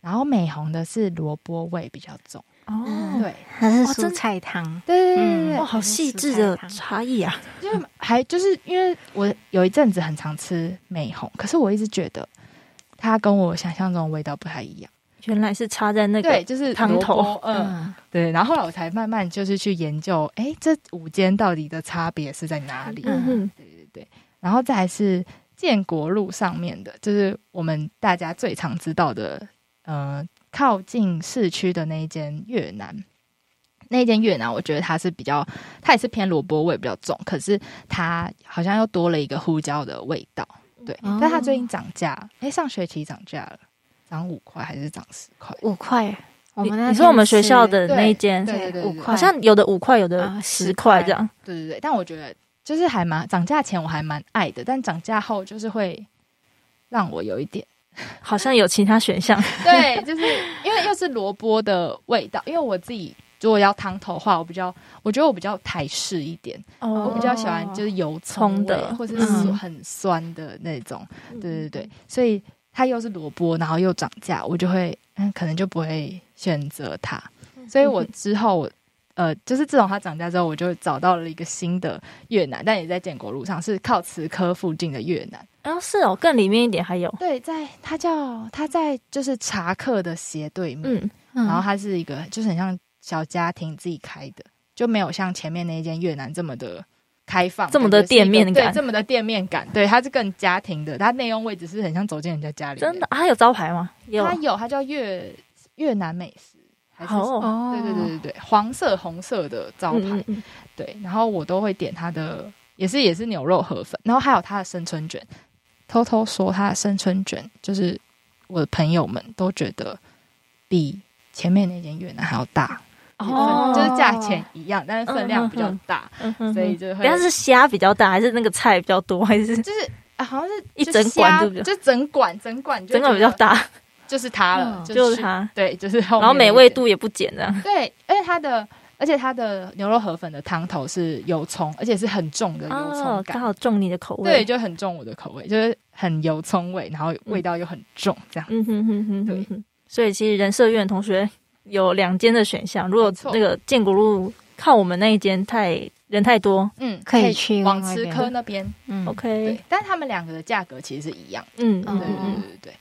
[SPEAKER 2] 然后美红的是萝卜味比较重，
[SPEAKER 1] 哦，
[SPEAKER 2] 嗯对
[SPEAKER 3] 它是
[SPEAKER 1] 哦真
[SPEAKER 3] 蔬菜汤。
[SPEAKER 2] 对对对对
[SPEAKER 1] 哇，
[SPEAKER 2] 对，
[SPEAKER 1] 好细致的差异啊！
[SPEAKER 2] 就是还就是因为我有一阵子很常吃美红，可是我一直觉得它跟我想象中的味道不太一样。
[SPEAKER 1] 原来是插在那
[SPEAKER 2] 对，
[SPEAKER 1] 个
[SPEAKER 2] 就是
[SPEAKER 1] 汤
[SPEAKER 2] 萝
[SPEAKER 1] 头
[SPEAKER 2] 卜嗯，
[SPEAKER 3] 嗯，
[SPEAKER 2] 对。然后后来我才慢慢就是去研究，哎，这五间到底的差别是在哪里？
[SPEAKER 1] 嗯
[SPEAKER 2] 然后再来是建国路上面的，就是我们大家最常知道的，呃，靠近市区的那一间越南。那一间越南，我觉得它是比较，它也是偏萝卜味比较重，可是它好像又多了一个胡椒的味道，对。
[SPEAKER 3] 哦
[SPEAKER 2] 但它最近涨价，哎，上学期涨价了，涨五块还是涨十块？
[SPEAKER 3] 五块。我
[SPEAKER 1] 你
[SPEAKER 3] 们那
[SPEAKER 1] 你说我们学
[SPEAKER 3] 天
[SPEAKER 1] 校
[SPEAKER 3] 吃
[SPEAKER 1] 的那一间
[SPEAKER 2] 对对对对
[SPEAKER 3] 五
[SPEAKER 2] 对
[SPEAKER 3] 块，
[SPEAKER 1] 好像有的五块，有的
[SPEAKER 3] 啊
[SPEAKER 1] 十
[SPEAKER 3] 10
[SPEAKER 1] 块
[SPEAKER 3] 块
[SPEAKER 1] 这样。
[SPEAKER 2] 对对对，但我觉得就是还蛮涨价前我还蛮爱的，但涨价后就是会让我有一点。
[SPEAKER 1] 好像有其他选项。
[SPEAKER 2] 对，就是因为又是萝卜的味道，因为我自己如果要汤头的话，我比较，我觉得我比较台式一点，
[SPEAKER 1] 哦
[SPEAKER 2] 我比较喜欢就是油
[SPEAKER 1] 葱
[SPEAKER 2] 葱嗯
[SPEAKER 1] 的
[SPEAKER 2] 味或者
[SPEAKER 1] 嗯
[SPEAKER 2] 是很酸的那种，
[SPEAKER 1] 哦
[SPEAKER 2] 对对对，所以它又是萝卜，然后又涨价，我就会嗯，可能就不会选择它，所以我之后我。呃，就是自从它涨价之后，我就找到了一个新的越南，但也在建国路上，是靠慈科附近的越南。
[SPEAKER 1] 然后是哦，更里面一点还有，
[SPEAKER 2] 对，在它叫它在就是茶客的斜对面，
[SPEAKER 1] 嗯，
[SPEAKER 3] 嗯，
[SPEAKER 2] 然后它是一个就是很像小家庭自己开的，就没有像前面那一间越南这么的开放，
[SPEAKER 1] 这么的
[SPEAKER 2] 感觉是一个
[SPEAKER 1] 店面感
[SPEAKER 2] 对，这么的店面感，对，它是更家庭的，它内容位置是很像走进人家家里，
[SPEAKER 1] 真的，，啊它有招牌吗？有啊
[SPEAKER 2] 它有，它叫越越南美食，还是
[SPEAKER 1] 好
[SPEAKER 2] 什么
[SPEAKER 1] 哦
[SPEAKER 3] 哦
[SPEAKER 2] 对对对对对，黄色红色的招牌，
[SPEAKER 1] 嗯嗯
[SPEAKER 2] 对，然后我都会点它的，也是也是牛肉河粉，然后还有它的生春卷。偷偷说，它的生春卷就是我的朋友们都觉得比前面那间越南还要大，
[SPEAKER 1] 嗯哦，，
[SPEAKER 2] 哦就是价钱一样，但是分量比较大，
[SPEAKER 1] 嗯哼哼
[SPEAKER 2] 所以就
[SPEAKER 1] 等
[SPEAKER 2] 会
[SPEAKER 1] 一下是虾比较大，还是那个菜比较多，还是
[SPEAKER 2] 就是、啊、好像是
[SPEAKER 1] 一整管
[SPEAKER 2] 就
[SPEAKER 1] 对
[SPEAKER 2] 是
[SPEAKER 1] 不
[SPEAKER 2] 虾
[SPEAKER 1] 对
[SPEAKER 2] 就整管整管就
[SPEAKER 1] 整个比较
[SPEAKER 2] 觉得
[SPEAKER 1] 大？
[SPEAKER 2] 就是它了
[SPEAKER 3] 嗯，
[SPEAKER 1] 就是是它
[SPEAKER 2] 对，就是后面
[SPEAKER 1] 然后美
[SPEAKER 2] 那
[SPEAKER 1] 味
[SPEAKER 2] 点
[SPEAKER 1] 度也不减的，
[SPEAKER 2] 对，而且它的，而且它的牛肉河粉的汤头是油葱，而且是很重的油葱
[SPEAKER 1] 哦，
[SPEAKER 2] 感，
[SPEAKER 1] 刚好中你的口味。
[SPEAKER 2] 对，，就很重我的口味，就是很油葱味，然后味道又很重，这样。
[SPEAKER 1] 嗯哼哼哼哼哼。所以其实人社院的同学有两间的选项，如果
[SPEAKER 2] 没错
[SPEAKER 1] 那个建国路靠我们那一间太人太多
[SPEAKER 2] 嗯，
[SPEAKER 3] 可以去
[SPEAKER 2] 往
[SPEAKER 3] 另外一
[SPEAKER 2] 吃
[SPEAKER 3] 边
[SPEAKER 2] 科那边，
[SPEAKER 3] 嗯
[SPEAKER 1] ，OK，
[SPEAKER 2] 对，但他们两个的价格其实是一样的。
[SPEAKER 1] 嗯
[SPEAKER 2] 对
[SPEAKER 1] 嗯
[SPEAKER 2] 对
[SPEAKER 3] 嗯
[SPEAKER 2] 对对对。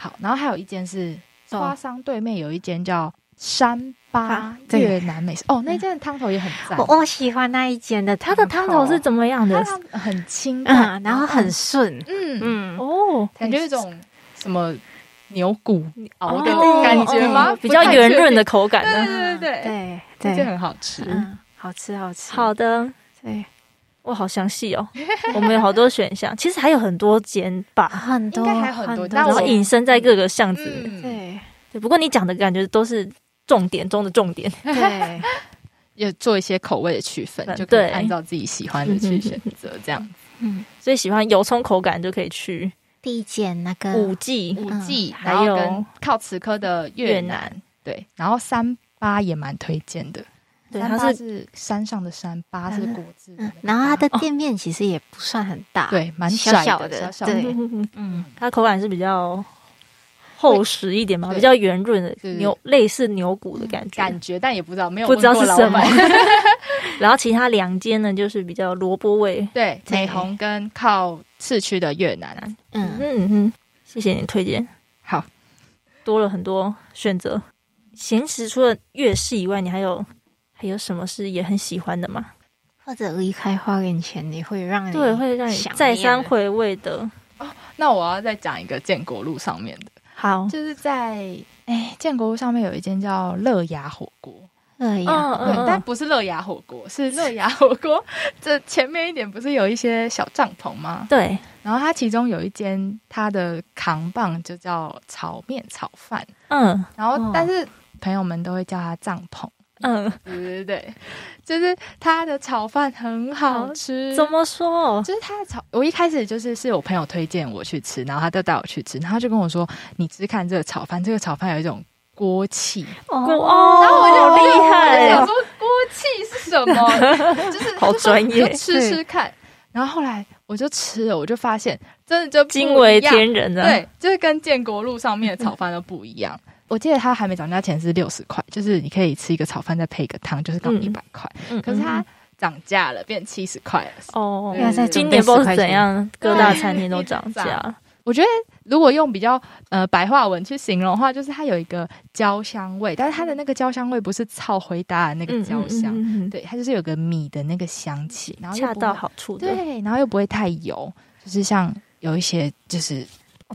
[SPEAKER 2] 好，然后还有一间是
[SPEAKER 3] 哦
[SPEAKER 2] 花商对面有一间叫山巴
[SPEAKER 3] 啊对
[SPEAKER 2] 越南美食，哦，那间的汤头也很赞
[SPEAKER 3] 我，我喜欢那一间的，
[SPEAKER 1] 它的汤头是怎么样的
[SPEAKER 2] 它？汤很清
[SPEAKER 3] 嗯
[SPEAKER 2] 淡，，
[SPEAKER 3] 然后很顺，
[SPEAKER 2] 嗯嗯，
[SPEAKER 3] 嗯，
[SPEAKER 1] 哦，
[SPEAKER 2] 感觉有一种什么牛骨熬的
[SPEAKER 1] 哦
[SPEAKER 2] 感觉吗？
[SPEAKER 1] 哦比较
[SPEAKER 2] 不太
[SPEAKER 1] 圆
[SPEAKER 2] 确
[SPEAKER 1] 润
[SPEAKER 2] 定
[SPEAKER 1] 的口感呢。
[SPEAKER 2] 对对对
[SPEAKER 3] 对
[SPEAKER 2] 这间
[SPEAKER 3] 对，
[SPEAKER 2] 很好吃。
[SPEAKER 3] 嗯，好吃好吃，
[SPEAKER 1] 好的，
[SPEAKER 3] 对，
[SPEAKER 1] 哇，好详细 哦，我们有好多选项，其实还有很多间吧，
[SPEAKER 3] 很多
[SPEAKER 2] 应该还很多但
[SPEAKER 1] 然后
[SPEAKER 2] 啊我
[SPEAKER 1] 隐身在各个巷子里。
[SPEAKER 2] 嗯，
[SPEAKER 3] 对
[SPEAKER 1] 对，不过你讲的感觉都是重点中的重点。
[SPEAKER 3] 对，
[SPEAKER 2] 也做一些口味的区分
[SPEAKER 1] 嗯，
[SPEAKER 2] 就可以
[SPEAKER 1] 对
[SPEAKER 2] 按照自己喜欢的去选择这样。
[SPEAKER 3] 嗯，
[SPEAKER 1] 所以喜欢油葱口感就可以去
[SPEAKER 3] 第一间那个
[SPEAKER 1] 五季，
[SPEAKER 2] 五
[SPEAKER 3] 嗯
[SPEAKER 2] 季，
[SPEAKER 1] 还
[SPEAKER 2] 然后
[SPEAKER 1] 有
[SPEAKER 2] 跟靠此科的
[SPEAKER 1] 越
[SPEAKER 2] 越南，对，然后三八也蛮推荐的。
[SPEAKER 1] 对，
[SPEAKER 2] 三
[SPEAKER 1] 它
[SPEAKER 2] 八
[SPEAKER 1] 是
[SPEAKER 2] 是山上的山，八是果子的那
[SPEAKER 3] 嗯
[SPEAKER 2] 个八，，
[SPEAKER 3] 然后它的店面其实也不算很
[SPEAKER 1] 哦
[SPEAKER 3] 大，，
[SPEAKER 2] 对蛮
[SPEAKER 3] 小
[SPEAKER 2] 窄
[SPEAKER 3] 小的
[SPEAKER 2] 的，小小
[SPEAKER 3] 对
[SPEAKER 1] 嗯， 它口感是比较厚实一点嘛，
[SPEAKER 2] 对
[SPEAKER 1] 比较圆润的
[SPEAKER 2] 对嗯
[SPEAKER 1] 牛，类似牛骨的感觉。
[SPEAKER 2] 感觉，但也不知道没有
[SPEAKER 1] 不知道
[SPEAKER 2] 问过
[SPEAKER 1] 是
[SPEAKER 2] 老板
[SPEAKER 1] 什然后其他两间呢，就是比较萝卜味。
[SPEAKER 2] 对，
[SPEAKER 3] 对
[SPEAKER 2] 美红跟靠市区的越南，
[SPEAKER 1] 嗯
[SPEAKER 3] 嗯，
[SPEAKER 1] 嗯嗯，谢谢你推荐，
[SPEAKER 2] 好，
[SPEAKER 1] 多了很多选择。闲时除了粤式以外，你还有还有什么是也很喜欢的吗？
[SPEAKER 3] 或者离开花园前，你会
[SPEAKER 2] 哎
[SPEAKER 3] 让你
[SPEAKER 1] 对，会让你
[SPEAKER 3] 想
[SPEAKER 1] 再
[SPEAKER 3] 念
[SPEAKER 1] 三回味的。
[SPEAKER 2] 那我要再讲一个建国路上面的，
[SPEAKER 1] 好，
[SPEAKER 2] 就是在哎建国路上面有一间叫乐雅火锅，
[SPEAKER 3] 乐
[SPEAKER 1] 嗯
[SPEAKER 3] 呀，
[SPEAKER 1] 嗯
[SPEAKER 2] 对，
[SPEAKER 1] 嗯
[SPEAKER 2] 但不是乐雅火锅， 是乐雅火锅。这前面一点不是有一些小帐篷吗？
[SPEAKER 1] 对，
[SPEAKER 2] 然后它其中有一间，它的扛棒就叫炒面炒饭，
[SPEAKER 1] 嗯
[SPEAKER 2] 然后
[SPEAKER 3] 哦
[SPEAKER 2] 但是朋友们都会叫它帐篷。
[SPEAKER 1] 嗯，
[SPEAKER 2] 对对对，就是它的炒饭很好
[SPEAKER 1] 好
[SPEAKER 2] 吃。
[SPEAKER 1] 怎么说？
[SPEAKER 2] 就是他的炒，我一开始就是是我朋友推荐我去吃，然后他就带我去吃，然后他就跟我说：“你只看这个炒饭，这个炒饭有一种锅气。”
[SPEAKER 1] 哦，
[SPEAKER 2] 然后我就
[SPEAKER 1] 好厉
[SPEAKER 2] 我就
[SPEAKER 1] 害
[SPEAKER 2] 想，说锅气是 什么？就是
[SPEAKER 1] 好专
[SPEAKER 2] 你就
[SPEAKER 1] 业，
[SPEAKER 2] 吃吃看。然后后来我就吃了，我就发现真的就不一样
[SPEAKER 1] 惊为天人啊的。
[SPEAKER 2] 对，就是跟建国路上面的炒饭都不一样。我记得它还没涨价前是六十块，就是你可以吃一个炒饭再配一个汤，就是刚
[SPEAKER 1] 嗯
[SPEAKER 2] 一百块。
[SPEAKER 1] 嗯，
[SPEAKER 2] 可是它
[SPEAKER 1] 嗯
[SPEAKER 2] 涨价了，变七十块了。
[SPEAKER 1] 哦，
[SPEAKER 2] 对
[SPEAKER 3] 要再
[SPEAKER 1] 今
[SPEAKER 3] 准备
[SPEAKER 1] 年不知
[SPEAKER 3] 10
[SPEAKER 1] 道
[SPEAKER 3] 块
[SPEAKER 1] 是怎
[SPEAKER 3] 钱，
[SPEAKER 1] 样，各大餐厅都涨
[SPEAKER 2] 一直
[SPEAKER 1] 价。
[SPEAKER 2] 我觉得如果用比较呃白话文去形容的话，就是它有一个焦香味，但是它的那个焦香味不是炒回答的那个
[SPEAKER 1] 嗯
[SPEAKER 2] 焦
[SPEAKER 1] 嗯
[SPEAKER 2] 香，
[SPEAKER 1] 嗯嗯嗯
[SPEAKER 2] 对，它就是有个米的那个香气，然后又
[SPEAKER 1] 恰
[SPEAKER 2] 不
[SPEAKER 1] 到
[SPEAKER 2] 会
[SPEAKER 1] 好处的。
[SPEAKER 2] 对，然后又不会太油，就是像有一些就是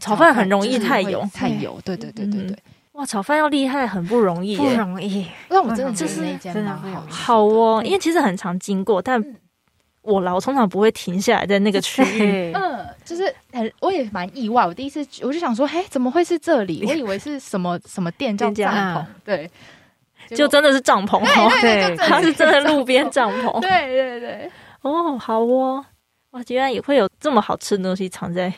[SPEAKER 1] 炒饭很容易
[SPEAKER 2] 就是
[SPEAKER 1] 太
[SPEAKER 2] 会
[SPEAKER 1] 油，
[SPEAKER 2] 太油，对对对对
[SPEAKER 1] 嗯
[SPEAKER 2] 对。
[SPEAKER 1] 哇，炒饭要厉害很不容易
[SPEAKER 3] 不
[SPEAKER 1] 耶，
[SPEAKER 3] 容易，
[SPEAKER 2] 那我真的
[SPEAKER 3] 就
[SPEAKER 2] 就是是那间
[SPEAKER 3] 真的
[SPEAKER 2] 蛮
[SPEAKER 3] 会
[SPEAKER 2] 好
[SPEAKER 3] 有
[SPEAKER 2] 吃的，
[SPEAKER 1] 好哦，
[SPEAKER 2] 对
[SPEAKER 1] 因为其实很常经过，但
[SPEAKER 2] 嗯
[SPEAKER 1] 我老通常不会停下来在那个区域。
[SPEAKER 3] 对
[SPEAKER 2] 嗯，就是很，我也蛮意外。我第一次去，我就想说，嘿，怎么会是这里？我以为是什么什么店叫
[SPEAKER 1] 店
[SPEAKER 2] 帐
[SPEAKER 1] 家啊
[SPEAKER 2] 篷， 对，
[SPEAKER 1] 就
[SPEAKER 2] 这，
[SPEAKER 1] 真的是帐篷
[SPEAKER 2] 对
[SPEAKER 1] 哦，
[SPEAKER 2] 对，
[SPEAKER 3] 对
[SPEAKER 2] 就
[SPEAKER 1] 它是真的路边
[SPEAKER 2] 帐
[SPEAKER 1] 帐
[SPEAKER 2] 篷，
[SPEAKER 1] 篷
[SPEAKER 2] 对对对，
[SPEAKER 1] 哦，好哦，哇，居然也会有这么好吃的东西藏在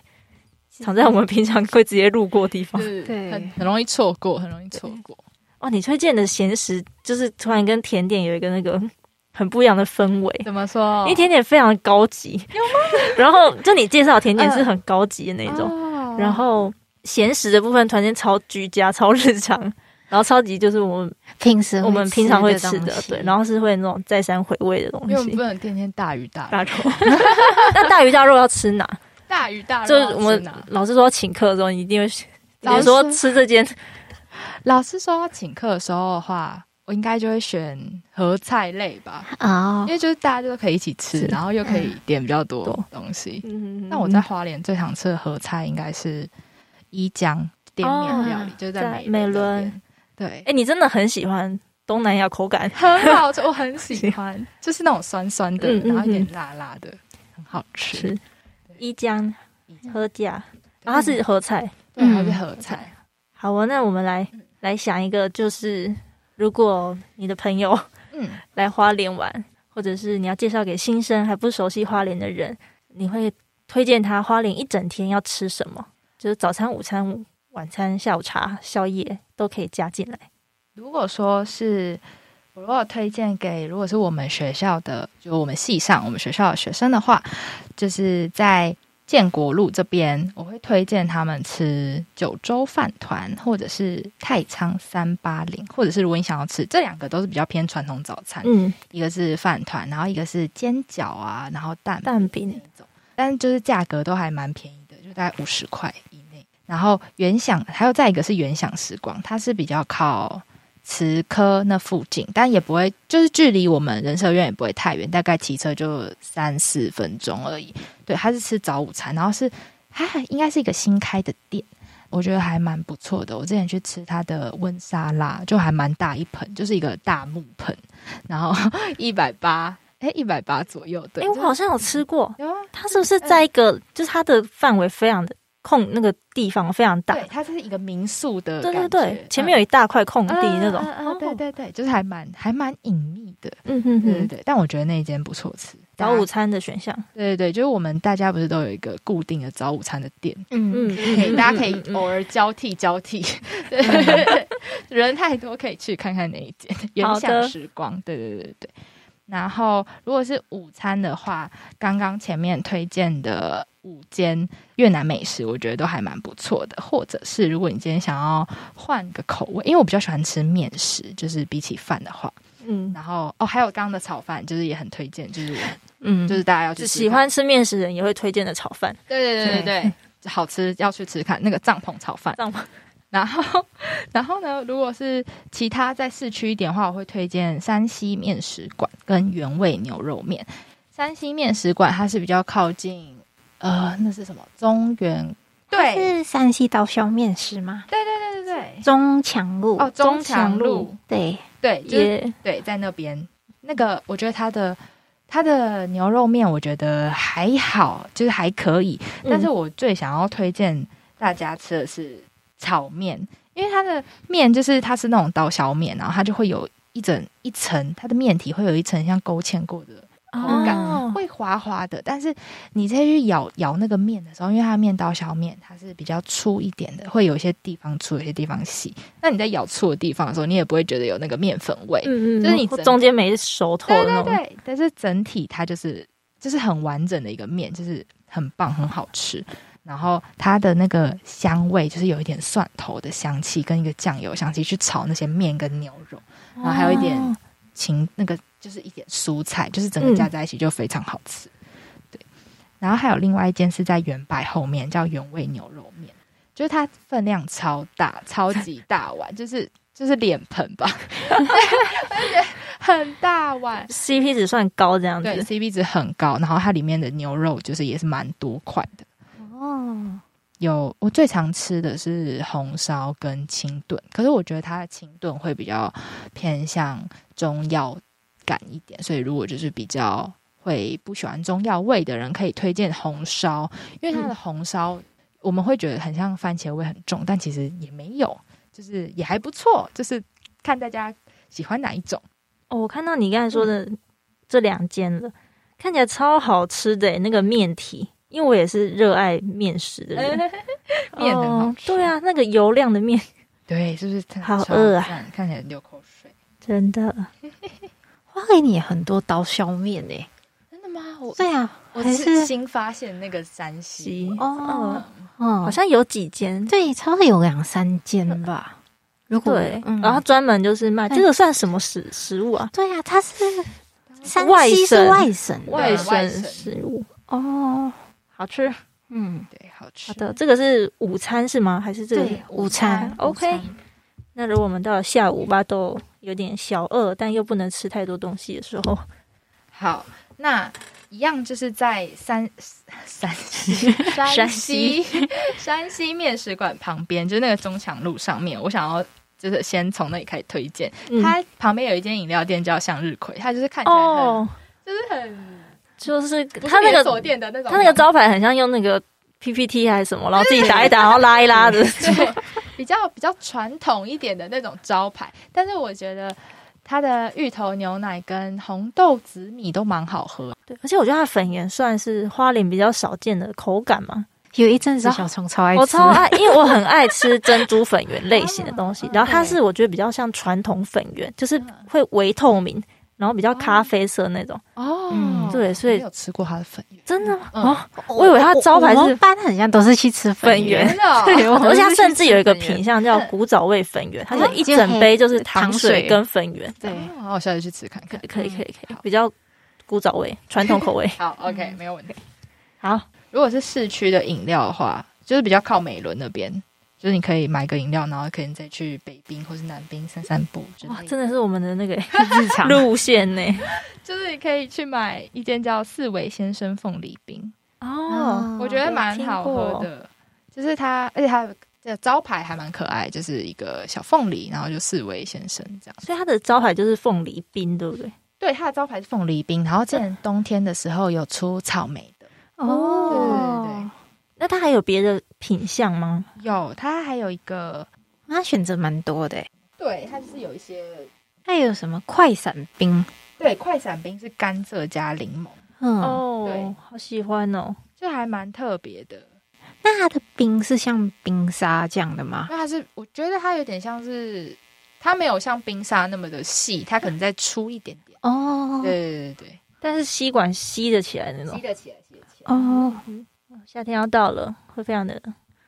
[SPEAKER 1] 藏在我们平常会直接路过的地方。
[SPEAKER 2] 是
[SPEAKER 3] 对
[SPEAKER 2] 很很容易错过，很容易错过。
[SPEAKER 1] 哇，你推荐的咸食就是突然跟甜点有一个那个很不一样的氛围，
[SPEAKER 2] 怎么说
[SPEAKER 1] 因为？甜点非常高级，然后就你介绍的甜点
[SPEAKER 2] 嗯
[SPEAKER 1] 是很高级的那种，
[SPEAKER 2] 种
[SPEAKER 1] 然后闲食的部分，团建超居家、超日常， 然后超级就是我们
[SPEAKER 3] 平时
[SPEAKER 1] 我们平常会吃
[SPEAKER 3] 的
[SPEAKER 1] 的
[SPEAKER 3] 东，西，
[SPEAKER 1] 对，然后是会那种再三回味的
[SPEAKER 2] 因为
[SPEAKER 1] 东
[SPEAKER 2] 我们
[SPEAKER 1] 西
[SPEAKER 2] 不。能天天大鱼大肉
[SPEAKER 1] 大肉， 那大鱼大肉要吃哪？
[SPEAKER 2] 大鱼大肉
[SPEAKER 1] 就是
[SPEAKER 2] 要吃
[SPEAKER 1] 我们
[SPEAKER 2] 哪
[SPEAKER 1] 老师说要请客的时候，你一定会，比
[SPEAKER 2] 老
[SPEAKER 1] 如
[SPEAKER 2] 师
[SPEAKER 1] 说吃这间，
[SPEAKER 2] 老师说要请客的时候的话，我应该就会选合菜类吧，
[SPEAKER 3] 哦
[SPEAKER 2] 因，为就是大家都可以一起吃
[SPEAKER 1] 是，
[SPEAKER 2] 然后又可以点比较多
[SPEAKER 1] 嗯
[SPEAKER 2] 东西。
[SPEAKER 1] 嗯
[SPEAKER 2] 那我在花莲最常吃的合菜应该是伊江滇面料理，就是在
[SPEAKER 1] 哦在美
[SPEAKER 2] 美
[SPEAKER 1] 伦
[SPEAKER 2] 伦那边，
[SPEAKER 1] 哎，你真的很喜欢东南亚口感，
[SPEAKER 2] 对，很好吃，我很喜 欢，就是那种酸酸的
[SPEAKER 1] 嗯，嗯
[SPEAKER 2] 然后一点辣辣的，很好吃。
[SPEAKER 1] 是一江喝甲，
[SPEAKER 2] 对
[SPEAKER 1] 然后它是合菜。
[SPEAKER 2] 对，
[SPEAKER 3] 嗯
[SPEAKER 2] 还是合菜，
[SPEAKER 1] 好啊，那我们来
[SPEAKER 2] 嗯
[SPEAKER 1] 来想一个，就是如果你的朋友
[SPEAKER 2] 嗯，
[SPEAKER 1] 来花莲玩，或者是你要介绍给新生还不熟悉花莲的人，你会推荐他花莲一整天要吃什么？就是早餐、午餐、晚餐、下午茶、宵夜都可以加进来。
[SPEAKER 2] 如果说是我如果推荐给如果是我们学校的，就我们系上我们学校的学生的话，就是在建国路这边，我会推荐他们吃九州饭团，或者是太仓三八零，或者是如果你想要吃，这两个都是比较偏传统早餐，
[SPEAKER 1] 嗯，
[SPEAKER 2] 一个是饭团，然后一个是煎饺啊，然后蛋
[SPEAKER 1] 蛋饼
[SPEAKER 2] 那种，但就是价格都还蛮便宜的，就大概五十块以内。然后原想还有再一个是原想时光，它是比较靠慈科那附近，但也不会就是距离我们人社院也不会太远，大概骑车就三四分钟而已。对，它是吃早午餐，然后是它还应该是一个新开的店。我觉得还蛮不错的。我之前去吃它的温沙拉，就还蛮大一盆，就是一个大木盆，然后一百八，哎，一百八左右。对，
[SPEAKER 1] 哎、我
[SPEAKER 2] 就
[SPEAKER 1] 好像有吃过，
[SPEAKER 2] 有啊
[SPEAKER 1] 它是不是在一个、就是它的范围非常的空，那个地方非常大？
[SPEAKER 2] 对，它是一个民宿的
[SPEAKER 1] 对
[SPEAKER 2] 感
[SPEAKER 1] 对
[SPEAKER 2] 觉，
[SPEAKER 1] 对，前面有一大块空
[SPEAKER 2] 嗯
[SPEAKER 1] 地那种，
[SPEAKER 2] 嗯嗯嗯
[SPEAKER 1] 哦
[SPEAKER 2] 对对对，就是还蛮还蛮隐秘的，
[SPEAKER 1] 嗯哼
[SPEAKER 2] 对对
[SPEAKER 1] 哼，
[SPEAKER 2] 对。但我觉得那一间不错吃，
[SPEAKER 1] 早午
[SPEAKER 2] 餐，
[SPEAKER 1] 餐的选项，
[SPEAKER 2] 对对对，就是我们大家不是都有一个固定的早午餐的店，
[SPEAKER 1] 嗯
[SPEAKER 2] 嗯，嗯可以大家可以偶尔交替交替，对对对对， 人太多可以去看看那一间，原想时光，对对对对对。然后如果是午餐的话，刚刚前面推荐的五间越南美食，我觉得都还蛮不错的。或者是如果你今天想要换个口味，因为我比较喜欢吃面食，就是比起饭的话，
[SPEAKER 1] 嗯
[SPEAKER 2] 然后哦，还有刚刚的炒饭，就是也很推荐，就是
[SPEAKER 1] 嗯，
[SPEAKER 2] 就是大家要去
[SPEAKER 1] 只
[SPEAKER 2] 试
[SPEAKER 1] 喜
[SPEAKER 2] 看
[SPEAKER 1] 欢吃面食人也会推荐的炒饭，
[SPEAKER 2] 对对对
[SPEAKER 1] 对
[SPEAKER 2] 对对，好吃要去吃看那个帐篷炒饭。
[SPEAKER 1] 这样吗？
[SPEAKER 2] 然后， 然后呢，如果是其他在市区一点的话，我会推荐山西面食馆跟原味牛肉面。山西面食馆它是比较靠近，呃，那是什么？中原对对
[SPEAKER 3] 是山西刀削面食吗？
[SPEAKER 2] 对对对
[SPEAKER 3] 中强路
[SPEAKER 2] 哦，中
[SPEAKER 1] 中
[SPEAKER 2] 强
[SPEAKER 1] 强
[SPEAKER 2] 路
[SPEAKER 1] 路
[SPEAKER 3] 对，
[SPEAKER 2] 对，就是
[SPEAKER 1] 也
[SPEAKER 2] 对，在那边那个，我觉得它的它的牛肉面，我觉得还好，就是还可以。但是我最想要推荐大家吃的是炒面，因为它的面就是它是那种刀削面，然后它就会有一整一层，它的面体会有一层像勾芡过的，口感
[SPEAKER 1] 哦
[SPEAKER 2] 会滑滑的。但是你再去咬咬那个面的时候，因为它的面刀削面它是比较粗一点的，会有一些地方粗，有些地方细。那你在咬粗的地方的时候，你也不会觉得有那个面粉味。
[SPEAKER 1] 嗯嗯，
[SPEAKER 2] 就是你
[SPEAKER 1] 或
[SPEAKER 2] 整
[SPEAKER 1] 中间没熟透的那
[SPEAKER 2] 对
[SPEAKER 1] 种，
[SPEAKER 2] 对对，但是整体它就是就是很完整的一个面，就是很棒，很好吃。然后它的那个香味，就是有一点蒜头的香气，跟一个酱油香气去炒那些面跟牛肉，然后还有一点
[SPEAKER 1] 哦嗯
[SPEAKER 2] 芹，那个就是一点蔬菜，就是整个加在一起就非常好吃。对，然后还有另外一间是在原百后面，叫原味牛肉面，就是它分量超大，超级大碗，就是就是脸盆吧， 而且很大碗，
[SPEAKER 1] CP 值算高这样
[SPEAKER 2] 对
[SPEAKER 1] 子，
[SPEAKER 2] ，CP 值很高，然后它里面的牛肉就是也是蛮多块的。
[SPEAKER 3] 哦，
[SPEAKER 2] 有我最常吃的是红烧跟清炖，可是我觉得它的清炖会比较偏向中药感一点，所以如果就是比较会不喜欢中药味的人，可以推荐红烧，因为它的
[SPEAKER 1] 嗯
[SPEAKER 2] 红烧、我们会觉得很像番茄味很重，但其实也没有，就是也还不错，就是看大家喜欢哪一 种。
[SPEAKER 1] 哦，我看到你刚才说的这两间了，看起来超好吃的耶欸那个面体，因为我也是热爱面食的人，
[SPEAKER 2] 哎面很好
[SPEAKER 1] 哦
[SPEAKER 2] 吃
[SPEAKER 1] 对啊，那个油亮的面，
[SPEAKER 2] 对，是不是它
[SPEAKER 1] 好
[SPEAKER 2] 超
[SPEAKER 1] 饿啊
[SPEAKER 2] 赞？看起来流口水。
[SPEAKER 1] 真的，
[SPEAKER 3] 花莲也很多刀削面诶。
[SPEAKER 2] 真的吗？我
[SPEAKER 3] 对啊，
[SPEAKER 2] 我
[SPEAKER 3] 还
[SPEAKER 2] 是
[SPEAKER 3] 是
[SPEAKER 2] 新发现那个山西，
[SPEAKER 3] 哦
[SPEAKER 1] 嗯好
[SPEAKER 3] 哦，
[SPEAKER 1] 像有几间，
[SPEAKER 3] 对，差不多有两三间吧。如果
[SPEAKER 1] 对，
[SPEAKER 3] 嗯
[SPEAKER 1] 然后专门就是卖这个算什么食食物啊？
[SPEAKER 3] 对啊，它是山
[SPEAKER 1] 外
[SPEAKER 3] 西是
[SPEAKER 1] 省
[SPEAKER 3] 外省的
[SPEAKER 2] 外省
[SPEAKER 1] 省食物哦，好吃。
[SPEAKER 3] 嗯，
[SPEAKER 2] 对，好吃。
[SPEAKER 1] 好的，这个是午餐是吗？还是这个？
[SPEAKER 3] 对，午餐
[SPEAKER 1] 午餐
[SPEAKER 3] 午餐
[SPEAKER 1] 那如果我们到了下午吧，都有点小饿，但又不能吃太多东西的时候，
[SPEAKER 2] 好，那一样就是在山 山西山西山西面食馆旁边，就是那个中强路上面，我想要。就是先从那里开始推荐，
[SPEAKER 1] 嗯
[SPEAKER 2] 它旁边有一间饮料店叫向日葵，它就是看起来很、
[SPEAKER 1] 哦，
[SPEAKER 2] 就是很
[SPEAKER 1] 就是
[SPEAKER 2] 不
[SPEAKER 1] 它那
[SPEAKER 2] 连锁
[SPEAKER 1] 个
[SPEAKER 2] 店的那种
[SPEAKER 1] 它
[SPEAKER 2] 感觉，
[SPEAKER 1] 那个招牌很像用那个 PPT 还是什么，然后自己打一打，然后拉一拉的。
[SPEAKER 2] 对，比较比较传统一点的那种招牌，但是我觉得它的芋头牛奶跟红豆紫米都蛮好喝。
[SPEAKER 1] 对，而且我觉得它的粉圆算是花莲比较少见的口感嘛，
[SPEAKER 3] 有一阵子
[SPEAKER 2] 然后
[SPEAKER 3] 小虫超爱吃，
[SPEAKER 1] 我超爱，因为我很爱吃珍珠粉圆类型的东
[SPEAKER 2] 嗯
[SPEAKER 1] 西。然后它是我觉得比较像传统粉圆，就是会微透明，然后比较咖啡色那种。
[SPEAKER 2] 哦
[SPEAKER 1] 嗯对所以
[SPEAKER 2] 没有吃过它的粉圆，
[SPEAKER 1] 真的吗？
[SPEAKER 2] 嗯
[SPEAKER 1] 哦，我以为它招牌是
[SPEAKER 3] 我我们班很像都是去吃粉圆，
[SPEAKER 1] 真
[SPEAKER 2] 哦
[SPEAKER 3] 对，我
[SPEAKER 1] 而
[SPEAKER 3] 们
[SPEAKER 1] 且它
[SPEAKER 3] 是去
[SPEAKER 1] 甚至有一个
[SPEAKER 3] 吃粉圆
[SPEAKER 1] 品相叫古早味粉圆，它是一整杯就是糖水跟粉圆。
[SPEAKER 3] 对，
[SPEAKER 2] 哦我下次去吃看看。
[SPEAKER 1] 可以嗯可以可以
[SPEAKER 2] 好，
[SPEAKER 1] 比较古早味传统口味。
[SPEAKER 2] 好，OK，没有问题。
[SPEAKER 1] 好，
[SPEAKER 2] 如果是市区的饮料的话，就是比较靠美伦那边，就是你可以买个饮料，然后可能再去北滨或是南滨散散步之
[SPEAKER 1] 哇，
[SPEAKER 2] 类的。
[SPEAKER 1] 真的是我们的那个
[SPEAKER 3] 日 常
[SPEAKER 1] 路线呢。
[SPEAKER 2] 就是你可以去买一间叫四维先生凤梨冰，
[SPEAKER 1] 哦，
[SPEAKER 2] 我觉得蛮好喝的。就是它，而且它的招牌还蛮可爱，就是一个小凤梨，然后就四维先生这样。
[SPEAKER 1] 所以它的招牌就是凤梨冰，对不对？
[SPEAKER 2] 对，它的招牌是凤梨冰，然后之前冬天的时候有出草莓的。
[SPEAKER 3] 哦
[SPEAKER 2] 对对
[SPEAKER 1] 哦，那它还有别的品相吗？
[SPEAKER 2] 有，它还有一个，
[SPEAKER 3] 那选择蛮多的欸，
[SPEAKER 2] 对，它就是有一些，
[SPEAKER 3] 还有什么快闪冰，
[SPEAKER 2] 对，快闪冰是甘蔗加柠檬，
[SPEAKER 3] 嗯，
[SPEAKER 1] 哦
[SPEAKER 2] 对，
[SPEAKER 1] 好喜欢哦！
[SPEAKER 2] 就还蛮特别的。
[SPEAKER 3] 那它的冰是像冰沙这样的吗？
[SPEAKER 2] 那它是，我觉得它有点像是，它没有像冰沙那么的细，它可能再粗一点点。
[SPEAKER 3] 哦，
[SPEAKER 2] 对对对
[SPEAKER 1] 但是吸管吸得起来那
[SPEAKER 2] 对，
[SPEAKER 1] 种
[SPEAKER 2] 吸。得起来，吸得起来。
[SPEAKER 3] 哦，
[SPEAKER 1] 夏天要到了，会非常的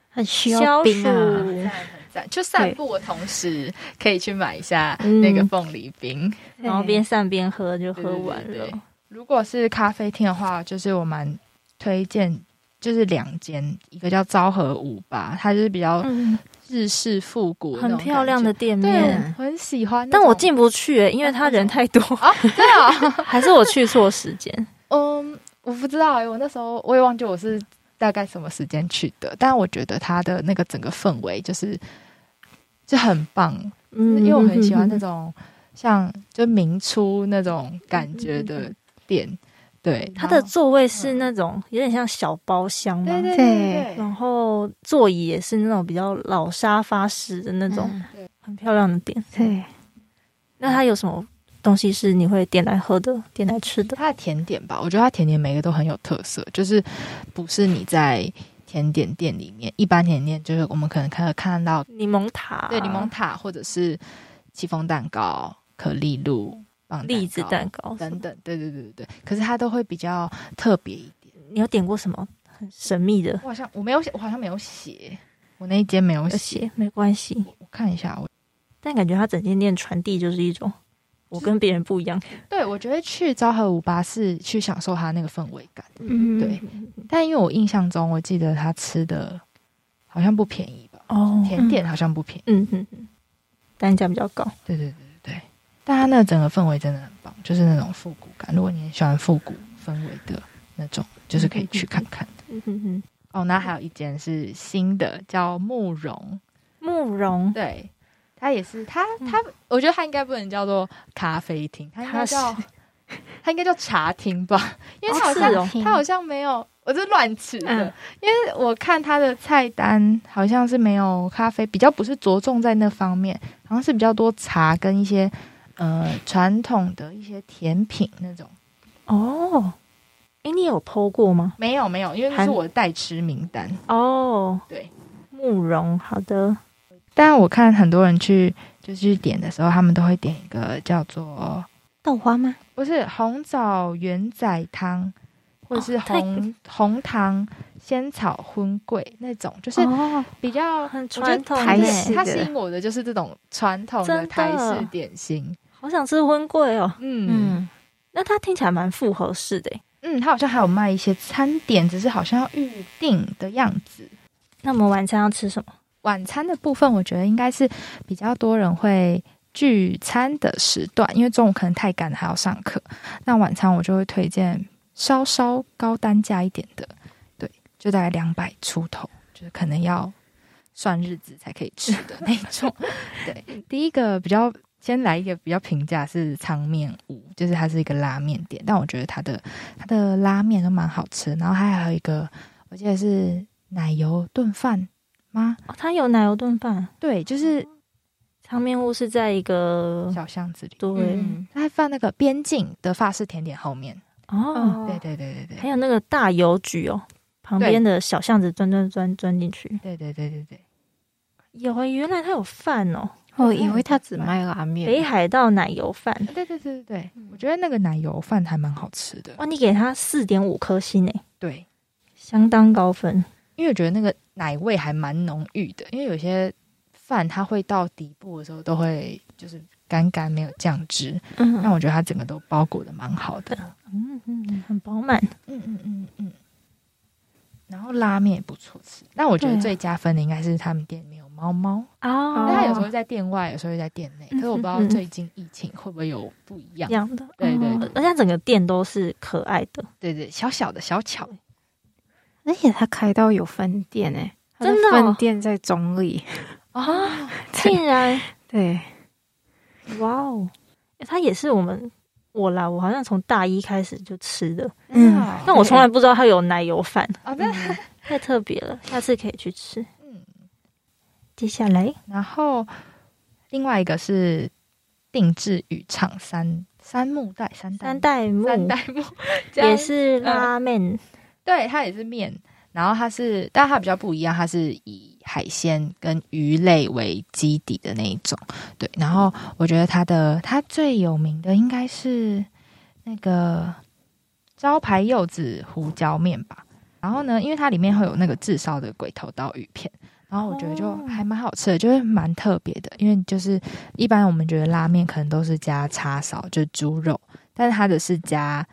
[SPEAKER 3] 很需
[SPEAKER 1] 消
[SPEAKER 3] 要
[SPEAKER 1] 暑
[SPEAKER 3] 冰啊，
[SPEAKER 2] 赞很赞，就散步的同时可以去买一下
[SPEAKER 1] 嗯
[SPEAKER 2] 那个凤梨冰。
[SPEAKER 1] 然后边散边喝就喝完
[SPEAKER 2] 对对对对
[SPEAKER 1] 了。
[SPEAKER 2] 如果是咖啡厅的话，就是我蛮推荐，就是两间，一个叫昭和五吧，它就是比较
[SPEAKER 1] 嗯，
[SPEAKER 2] 日式复古，
[SPEAKER 1] 很漂亮的，店
[SPEAKER 2] 对
[SPEAKER 1] 面，，
[SPEAKER 2] 我很喜欢那
[SPEAKER 1] 但
[SPEAKER 2] 种。
[SPEAKER 1] 我进不去、欸，因为他人太多，
[SPEAKER 2] 啊，对啊，
[SPEAKER 1] 还是我去错时间。
[SPEAKER 2] 嗯，我不知道哎、我那时候我也忘记我是大概什么时间去的，但我觉得它的那个整个氛围就是就很棒，
[SPEAKER 1] 嗯 嗯
[SPEAKER 2] 因为我很喜欢那种像就明初那种感觉的店，对，
[SPEAKER 1] 它的
[SPEAKER 2] 然后
[SPEAKER 1] 座位是那种有点像小包厢嘛，
[SPEAKER 2] 嗯对对对
[SPEAKER 3] 对
[SPEAKER 1] 然后座椅也是那种比较老沙发式的那
[SPEAKER 2] 嗯
[SPEAKER 3] 那
[SPEAKER 1] 种，很漂亮的店。
[SPEAKER 3] 嗯对，
[SPEAKER 1] 那它有什么东西是你会点来喝的，点来吃的？
[SPEAKER 2] 它的甜点吧，我觉得它甜点每个都很有特色，就是不是你在甜点店里面一般甜点店，就是我们可能看看到
[SPEAKER 1] 柠檬塔，啊
[SPEAKER 2] 对，柠檬塔或者是戚风蛋糕、可丽露、棒蛋糕
[SPEAKER 1] 栗子蛋糕什
[SPEAKER 2] 等
[SPEAKER 1] 么的。
[SPEAKER 2] 等，对对对对对。可是它都会比较特别一点。
[SPEAKER 1] 你有点过什么很神秘的？
[SPEAKER 2] 我好像我没有写，我好像没有写，我那一间没有
[SPEAKER 1] 而
[SPEAKER 2] 写。
[SPEAKER 1] 且没关系，
[SPEAKER 2] 我看一下，我
[SPEAKER 1] 但感觉它整间店传递就是一种我跟别人不一样。
[SPEAKER 2] 对我觉得去昭和五八是去享受它那个氛围感，
[SPEAKER 1] 嗯
[SPEAKER 2] 对。但因为我印象中，我记得他吃的好像不便宜吧，
[SPEAKER 1] 哦，
[SPEAKER 2] 甜点好像不便宜。
[SPEAKER 1] 嗯，嗯嗯，单价比较高。
[SPEAKER 2] 对对对对对。但它那整个氛围真的很棒，就是那种复古感。如果你很喜欢复古氛围的那种，就是可以去看看。
[SPEAKER 1] 嗯哼哼，
[SPEAKER 2] 哦，那还有一间是新的，叫慕容，
[SPEAKER 1] 慕容
[SPEAKER 2] 对，它也是它
[SPEAKER 1] 嗯
[SPEAKER 2] 它，我觉得它应该不能叫做咖啡厅，它应该叫
[SPEAKER 1] 它
[SPEAKER 2] 它应该叫茶厅吧，因为它好
[SPEAKER 1] 是
[SPEAKER 2] 像、
[SPEAKER 1] 哦
[SPEAKER 2] 它好像没有，我这乱吃的，
[SPEAKER 3] 嗯
[SPEAKER 2] 因为我看它的菜单好像是没有咖啡，比较不是着重在那方面，好像是比较多茶跟一些呃传统的一些甜品那种。
[SPEAKER 1] 哦，哎，你有剖过吗？
[SPEAKER 2] 没有没有，因为那
[SPEAKER 1] 还
[SPEAKER 2] 是我的代吃名单。
[SPEAKER 1] 哦，
[SPEAKER 2] 对，
[SPEAKER 1] 慕容，好的，
[SPEAKER 2] 但我看很多人去就是去点的时候，他们都会点一个叫做
[SPEAKER 3] 豆花吗？
[SPEAKER 2] 不是红枣圆仔汤，或者是
[SPEAKER 1] 哦太
[SPEAKER 2] 红、红糖仙草荤桂那种，就是
[SPEAKER 3] 哦，
[SPEAKER 2] 比较。
[SPEAKER 1] 很
[SPEAKER 2] 我觉
[SPEAKER 1] 传
[SPEAKER 2] 得
[SPEAKER 1] 统
[SPEAKER 3] 台
[SPEAKER 2] 台
[SPEAKER 1] 耶
[SPEAKER 3] 式
[SPEAKER 2] 式，它
[SPEAKER 3] 的
[SPEAKER 2] 吸引我的就是这种传统的
[SPEAKER 1] 真的
[SPEAKER 2] 台式点心。
[SPEAKER 1] 好想吃荤桂哦。
[SPEAKER 2] 嗯嗯
[SPEAKER 3] 嗯，
[SPEAKER 1] 那它听起来蛮复合式的耶。欸
[SPEAKER 2] 它好像还有卖一些餐点，只是好像要预定的样子。
[SPEAKER 1] 那我们晚餐要吃什么？
[SPEAKER 2] 晚餐的部分，我觉得应该是比较多人会聚餐的时段，因为中午可能太赶了还要上课。那晚餐我就会推荐稍稍高单价一点的，对，就大概两百出头，就是可能要算日子才可以吃的那种。 对，第一个比较。先来一个比较平价是仓面屋，就是它是一个拉面店，但我觉得它的它的拉面都蛮好吃，然后它还有一个我记得是奶油炖饭吗？
[SPEAKER 1] 哦，它有奶油炖饭，
[SPEAKER 2] 对，就是
[SPEAKER 1] 长面屋是在一个
[SPEAKER 2] 小巷子里，
[SPEAKER 1] 对
[SPEAKER 3] 嗯
[SPEAKER 2] 他还放那个边境的法式甜点后面。
[SPEAKER 1] 哦，
[SPEAKER 2] 对对对对
[SPEAKER 1] 还
[SPEAKER 2] 对，
[SPEAKER 1] 有那个大邮局哦，旁边的小巷子钻钻钻钻进去。
[SPEAKER 2] 对对对对对，
[SPEAKER 1] 有诶、原来它有饭哦，
[SPEAKER 3] 我以为他只卖拉
[SPEAKER 1] 北
[SPEAKER 3] 面，
[SPEAKER 1] 海道奶油饭。
[SPEAKER 2] 对对对对对，嗯我觉得那个奶油饭还蛮好吃的。
[SPEAKER 1] 哇，你给它四点五颗星诶、
[SPEAKER 2] 对，
[SPEAKER 1] 相当高分。
[SPEAKER 2] 因为我觉得那个奶味还蛮浓郁的，因为有些饭它会到底部的时候都会就是干干没有酱汁，
[SPEAKER 1] 嗯
[SPEAKER 3] 哦
[SPEAKER 2] 但我觉得它整个都包裹的蛮好的。
[SPEAKER 1] 嗯嗯，很饱满。
[SPEAKER 2] 嗯嗯嗯嗯。然后拉面也不错吃，但我觉
[SPEAKER 1] 对
[SPEAKER 2] 得
[SPEAKER 1] 啊
[SPEAKER 2] 最加分的应该是他们店里面有猫猫，
[SPEAKER 1] 哦
[SPEAKER 2] 但它有时候会在店外，有时候会在店内，可是我不知道
[SPEAKER 1] 嗯嗯嗯
[SPEAKER 2] 最近疫情会不会有不一样
[SPEAKER 1] 一。样的，
[SPEAKER 2] 对对
[SPEAKER 1] 哦
[SPEAKER 2] 对
[SPEAKER 1] 而且它整个店都是可爱的，
[SPEAKER 2] 对对，小小的小巧，
[SPEAKER 3] 而且他开到有分店哎、它
[SPEAKER 1] 真的哦
[SPEAKER 3] 分店在中立，
[SPEAKER 1] 啊，竟然
[SPEAKER 3] 对，
[SPEAKER 1] 哇哦，它也是我们我啦，我好像从大一开始就吃的，
[SPEAKER 3] 嗯
[SPEAKER 2] 啊
[SPEAKER 1] 但我从来不知道它有奶油饭，
[SPEAKER 2] 哦，那
[SPEAKER 1] 太特别了，下次可以去吃。
[SPEAKER 2] 嗯，
[SPEAKER 1] 接下来
[SPEAKER 2] 然后另外一个是定制与厂三三木袋三代
[SPEAKER 1] 三代目
[SPEAKER 2] 三代 目，这样
[SPEAKER 1] 也是拉面，
[SPEAKER 2] 对，它也是面，然后它是，但它比较不一样，它是以海鲜跟鱼类为基底的那一种。对，然后我觉得它的它最有名的应该是那个招牌柚子胡椒面吧。然后呢，因为它里面会有那个炙烧的鬼头刀鱼片，然后我觉得就
[SPEAKER 1] 哦
[SPEAKER 2] 还蛮好吃的，就是蛮特别的。因为就是一般我们觉得拉面可能都是加叉烧，就是猪肉，但是它的是加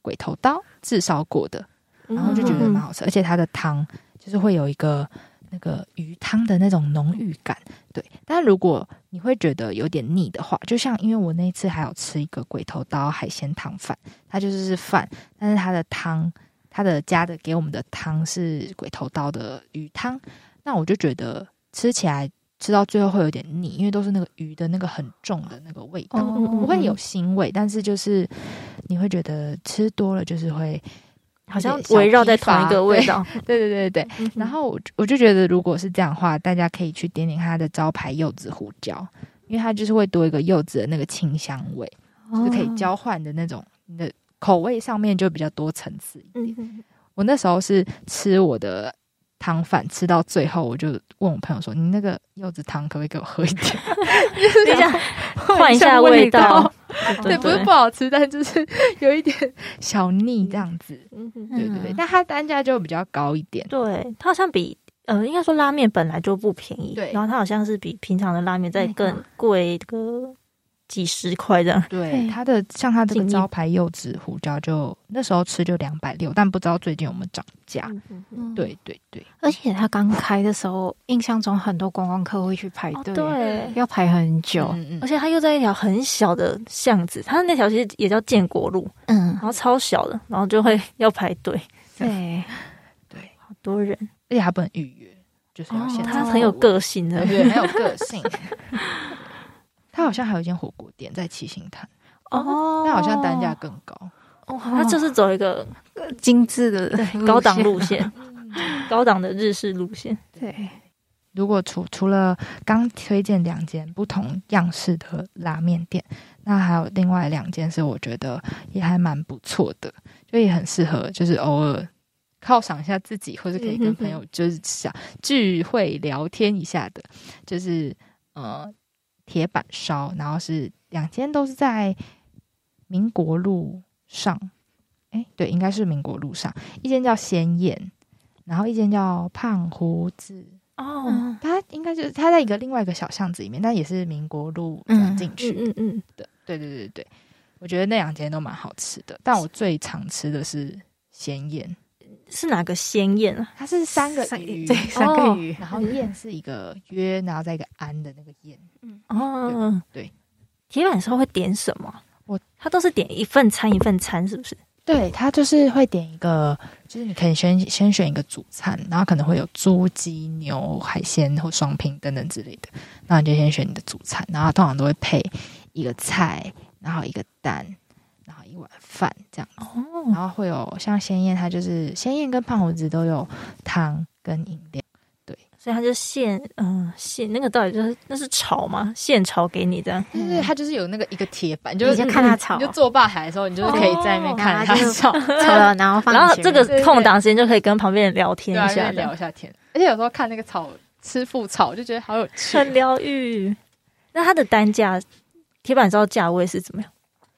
[SPEAKER 2] 鬼头刀炙烧过的，
[SPEAKER 1] 然
[SPEAKER 2] 然后就觉得
[SPEAKER 1] 嗯
[SPEAKER 2] 蛮好吃，而且它的汤就是会有一个那个鱼汤的那种浓郁感，对。但如果你会觉得有点腻的话，就像因为我那一次还有吃一个鬼头刀海鲜汤饭，它就是是饭，但是它的汤，它的加的给我们的汤是鬼头刀的鱼汤，那我就觉得吃起来吃到最后会有点腻，因为都是那个鱼的那个很重的那个味道。
[SPEAKER 1] 嗯嗯
[SPEAKER 2] 不会有腥味，但是就是你会觉得吃多了就 是会
[SPEAKER 1] 好像围绕在同一个味 道，
[SPEAKER 2] 对对对对对。
[SPEAKER 1] 嗯
[SPEAKER 2] 然后我就我就觉得，如果是这样的话，大家可以去点点它的招牌柚子胡椒，因为它就是会多一个柚子的那个清香味，
[SPEAKER 1] 哦
[SPEAKER 2] 就是可
[SPEAKER 3] 哦
[SPEAKER 2] 以，交换的那种。你的口味上面就比较多层次一点。
[SPEAKER 1] 嗯 嗯
[SPEAKER 2] 我那时候是吃我的汤饭，吃到最后我就问我朋友说：“你那个柚子汤可不可以给我喝一点？”就是
[SPEAKER 1] 等一下
[SPEAKER 2] 想
[SPEAKER 1] 换一下味道，
[SPEAKER 2] 对，不是不好吃，但就是有一点小腻这样子。
[SPEAKER 1] 嗯嗯嗯
[SPEAKER 2] 对对对，但它单价就比较高一点。
[SPEAKER 1] 对，它好像比呃，应该说拉面本来就不便宜，
[SPEAKER 2] 对
[SPEAKER 1] 然后它好像是比平常的拉面再
[SPEAKER 3] 没错
[SPEAKER 1] 更贵个几十块这样。
[SPEAKER 2] 对
[SPEAKER 3] 对
[SPEAKER 2] 它的像它这个
[SPEAKER 1] 敬业
[SPEAKER 2] 招牌柚子胡椒就，那时候吃就两百六，但不知道最近有没有涨价。
[SPEAKER 3] 嗯，
[SPEAKER 2] 对对对，
[SPEAKER 3] 而且他刚开的时候，印象中很多观光客会去排
[SPEAKER 1] 哦
[SPEAKER 3] 队，
[SPEAKER 1] 对，
[SPEAKER 3] 要排很久，
[SPEAKER 2] 嗯
[SPEAKER 1] 而且它又在一条很小的巷子，它那条其实也叫建国路，
[SPEAKER 3] 嗯
[SPEAKER 1] 然，后超小的，然后就会 要排队，
[SPEAKER 3] 对，
[SPEAKER 2] 对，
[SPEAKER 1] 好多人，
[SPEAKER 2] 而且还不能预约，就是要
[SPEAKER 3] 哦
[SPEAKER 2] 现场。
[SPEAKER 1] 它很有个性的
[SPEAKER 2] 对，对， 很有个性。它好像还有一间火锅店在七星潭，
[SPEAKER 3] 哦
[SPEAKER 2] 但好像单价更高。
[SPEAKER 3] 哇，
[SPEAKER 1] 它就是走一个
[SPEAKER 3] 精致的
[SPEAKER 1] 高档路 线，高档的日式路线。
[SPEAKER 3] 对，
[SPEAKER 2] 如果除除了刚推荐两间不同样式的拉面店，那还有另外两间是我觉得也还蛮不错的，就也很适合，就是偶尔犒赏一下自己，或者可以跟朋友就是想聚会聊天一下的，就是呃铁板烧，然后是两间都是在民国路上，哎，对，应该是民国路上，一间叫鲜艳，然后一间叫胖胡子。
[SPEAKER 1] 哦
[SPEAKER 3] 嗯
[SPEAKER 2] 它应该就是它在一个另外一个小巷子里面，但也是民国路
[SPEAKER 3] 嗯
[SPEAKER 2] 转进去
[SPEAKER 1] 嗯嗯嗯，
[SPEAKER 2] 的。对对对对，我觉得那两间都蛮好吃的，但我最常吃的是鲜燕，
[SPEAKER 1] 是哪个鲜艳啊？
[SPEAKER 2] 它是三个鱼，哦
[SPEAKER 3] 对，三个鱼，
[SPEAKER 2] 然后燕是一个约，然后再一个安的那个燕。
[SPEAKER 1] 哦，
[SPEAKER 2] 对，
[SPEAKER 1] 铁板烧会点什么？
[SPEAKER 2] 我
[SPEAKER 1] 它都是点一份餐一份餐，是不是？
[SPEAKER 2] 对，它就是会点一个，就是你可以先先选一个主餐，然后可能会有猪、鸡、牛、海鲜或双拼等等之类的。那你就先选你的主餐，然后通常都会配一个菜，然后一个蛋，然后一碗饭这样。
[SPEAKER 1] 哦
[SPEAKER 2] 然后会有像鲜艳，它就是鲜艳跟胖虎子都有汤跟饮料。
[SPEAKER 1] 所以他就现嗯、现那个到底就是那是炒吗？现炒给你的，
[SPEAKER 2] 但是它就是有那个一个铁板，就是
[SPEAKER 3] 就看它炒哦
[SPEAKER 2] 你就坐吧台的时候，你就是可以在那边看它
[SPEAKER 3] 然后
[SPEAKER 2] 炒，
[SPEAKER 3] 抽了， 然后放
[SPEAKER 1] 然后
[SPEAKER 3] 起来
[SPEAKER 1] 这个
[SPEAKER 2] 对对
[SPEAKER 1] 空档时间就可以跟旁边人聊天
[SPEAKER 2] 对啊，
[SPEAKER 1] 一
[SPEAKER 2] 就
[SPEAKER 1] 下
[SPEAKER 2] 是
[SPEAKER 1] 的
[SPEAKER 2] 聊一，下天。而且有时候看那个炒师傅炒，就觉得好有 趣。
[SPEAKER 1] 很疗愈。那它的单价，铁板烧价位是怎么样？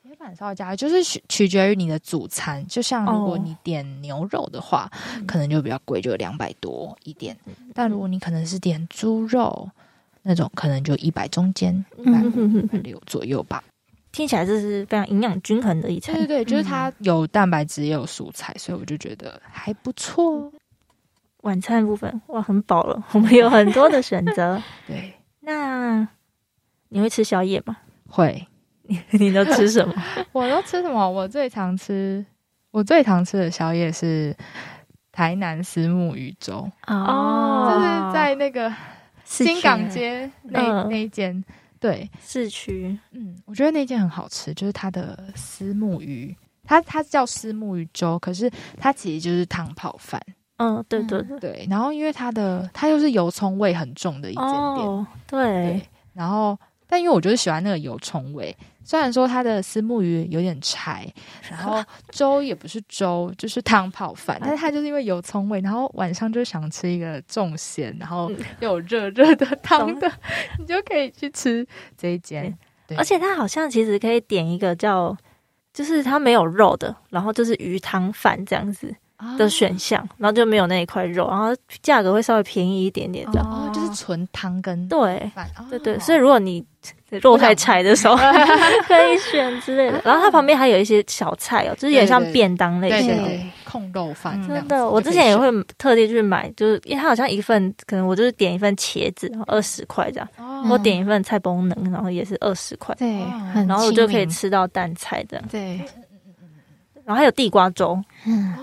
[SPEAKER 2] 铁板烧加就是取取决于你的主餐，就像如果
[SPEAKER 1] 哦
[SPEAKER 2] 你点牛肉的话，可能就比较贵，就两百多一点；但如果你可能是点猪肉那种，可能就一百中间，一百
[SPEAKER 1] 嗯哼哼哼
[SPEAKER 2] 六左右吧。嗯
[SPEAKER 1] 听起来这是非常营养均衡的一
[SPEAKER 2] 对
[SPEAKER 1] 餐
[SPEAKER 2] 对。对，就是它有蛋白质也有蔬菜，所以我就觉得还不错。
[SPEAKER 1] 晚餐部分，哇，很饱了，我们有很多的选 择。
[SPEAKER 2] 对，
[SPEAKER 1] 那你会吃宵夜吗？
[SPEAKER 2] 会。
[SPEAKER 1] 你都吃什么？
[SPEAKER 2] 我都吃什么？我最常吃，我最常吃的宵夜是台南石木鱼粥，
[SPEAKER 1] 哦
[SPEAKER 2] 就是在那个
[SPEAKER 3] 市区
[SPEAKER 2] 新港街那、
[SPEAKER 1] 啊嗯
[SPEAKER 2] 那一间。对，
[SPEAKER 1] 市区
[SPEAKER 2] 嗯，我觉得那间很好吃，就是它的丝木鱼，它它叫丝木鱼粥，可是它其实就是汤泡饭。
[SPEAKER 1] 嗯，对对对，
[SPEAKER 2] 对，然后因为它的它又是油葱味很重的一间店，
[SPEAKER 1] 哦，对
[SPEAKER 2] 对，，然后但因为我就是喜欢那个油葱味，虽然说它的丝木鱼有点柴，然 后粥也不是粥，就是汤泡饭，但是它就是因为油葱味，然后晚上就想吃一个重咸，然后
[SPEAKER 1] 嗯
[SPEAKER 2] 又有热热 的汤的，你就可以去吃这一间。对
[SPEAKER 1] 而且它好像其实可以点一个叫，就是它没有肉的，然后就是鱼汤饭这样子
[SPEAKER 2] 哦
[SPEAKER 1] 的选项，然后就没有那一块肉，然后价格会稍微便宜一点点的。
[SPEAKER 2] 哦，就是纯汤跟
[SPEAKER 1] 对
[SPEAKER 2] 饭，哦
[SPEAKER 1] 对对，所以如果你肉太柴的 时候，可以选之类的。 然后它旁边还有一些小菜哦，就是有点像
[SPEAKER 2] 对对对
[SPEAKER 1] 便当类
[SPEAKER 2] 对
[SPEAKER 1] 型
[SPEAKER 2] 对
[SPEAKER 1] 的。
[SPEAKER 2] 对，控肉饭
[SPEAKER 1] 嗯真
[SPEAKER 2] 这样子
[SPEAKER 1] 的，我之前也会特地去买，就是因为它好像一份，可能我就是点一份茄子，然后二十块这样，
[SPEAKER 3] 嗯
[SPEAKER 1] 我点一份菜崩能，然后也是二十块，
[SPEAKER 3] 对，
[SPEAKER 2] 哦
[SPEAKER 3] 很
[SPEAKER 1] 然后我就可以
[SPEAKER 3] 亲民。
[SPEAKER 1] 吃到蛋菜的，
[SPEAKER 3] 对，
[SPEAKER 1] 然后还有地瓜粥，
[SPEAKER 3] 嗯，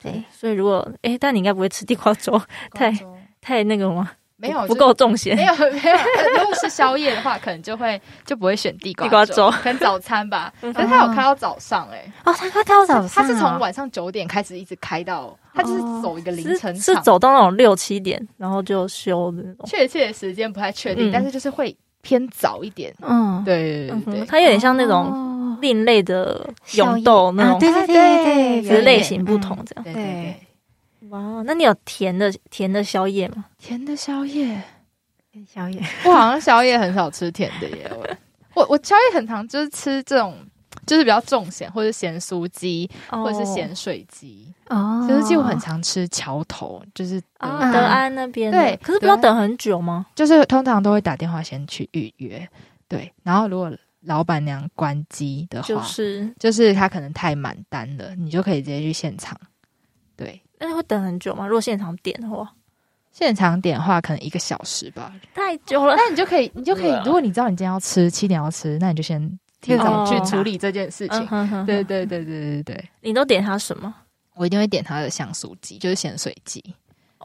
[SPEAKER 3] 对，
[SPEAKER 1] 所以如果诶，但你应该不会吃地瓜粥，太
[SPEAKER 2] 哦
[SPEAKER 1] 太那个吗？
[SPEAKER 2] 没有
[SPEAKER 1] 不
[SPEAKER 2] 就是
[SPEAKER 1] 够重咸
[SPEAKER 2] 没。有没有，呃如果是宵夜的话，可能就会就不会选地瓜
[SPEAKER 1] 地瓜粥
[SPEAKER 2] 可能早餐吧。可
[SPEAKER 1] 嗯
[SPEAKER 2] 是他有开到早上哎、
[SPEAKER 3] 哦，他他到早
[SPEAKER 2] 他
[SPEAKER 3] 上哦，
[SPEAKER 2] 是从晚上九点开始一直开到，他就是走一个凌晨
[SPEAKER 1] 是是
[SPEAKER 2] 场
[SPEAKER 1] 走到那种六七点，然后就休的那种。
[SPEAKER 2] 确切的时间不太确定，
[SPEAKER 1] 嗯
[SPEAKER 2] 但是就是会偏早一点。
[SPEAKER 3] 嗯，
[SPEAKER 2] 对对
[SPEAKER 1] 嗯哦
[SPEAKER 2] 对
[SPEAKER 1] 哼，
[SPEAKER 2] 对，哦
[SPEAKER 1] 它有点像那种
[SPEAKER 3] 种
[SPEAKER 1] 另类的
[SPEAKER 3] 宵
[SPEAKER 1] 永
[SPEAKER 3] 夜
[SPEAKER 1] 豆那
[SPEAKER 3] 啊
[SPEAKER 1] 种，
[SPEAKER 3] 对对对对
[SPEAKER 2] 对
[SPEAKER 1] 只是
[SPEAKER 3] 对，
[SPEAKER 2] 有
[SPEAKER 1] 类
[SPEAKER 2] 点
[SPEAKER 1] 型不同这样。
[SPEAKER 2] 对对
[SPEAKER 3] 对
[SPEAKER 2] 嗯对，
[SPEAKER 1] 哇，那你有甜的甜的宵夜吗？
[SPEAKER 2] 甜的宵夜，
[SPEAKER 3] 宵夜，
[SPEAKER 2] 我好像宵夜很少吃甜的耶。我我我宵夜很常就是吃这种，就是比较重咸或者咸酥鸡或者
[SPEAKER 1] 哦
[SPEAKER 2] 是咸水鸡。
[SPEAKER 3] 哦，
[SPEAKER 2] 其实其实我很常吃桥头，就是
[SPEAKER 1] 啊，
[SPEAKER 2] 啊，
[SPEAKER 1] 德
[SPEAKER 3] 德
[SPEAKER 1] 安那边的
[SPEAKER 2] 对
[SPEAKER 1] 可是不要
[SPEAKER 2] 德
[SPEAKER 1] 等很久吗？
[SPEAKER 2] 就是通常都会打电话先去预约，对。然后如果老板娘关机的话，
[SPEAKER 1] 就
[SPEAKER 2] 就是、
[SPEAKER 1] 是
[SPEAKER 2] 她可能太满单了，你就可以直接去现场。对，
[SPEAKER 1] 那会等很久吗？如果现场点的话，
[SPEAKER 2] 现场点的话可能一个小时吧，
[SPEAKER 1] 太久了。
[SPEAKER 2] 但你就可以，你就可以
[SPEAKER 1] 对啊，
[SPEAKER 2] 如果你知道你今天要吃，七点要吃，那你就先提
[SPEAKER 1] 哦
[SPEAKER 2] 早去处理这件事情。
[SPEAKER 1] 嗯哼哼，
[SPEAKER 2] 对对对对对对，
[SPEAKER 1] 你都点它什么？
[SPEAKER 2] 我一定会点他的香酥鸡，就是咸水鸡。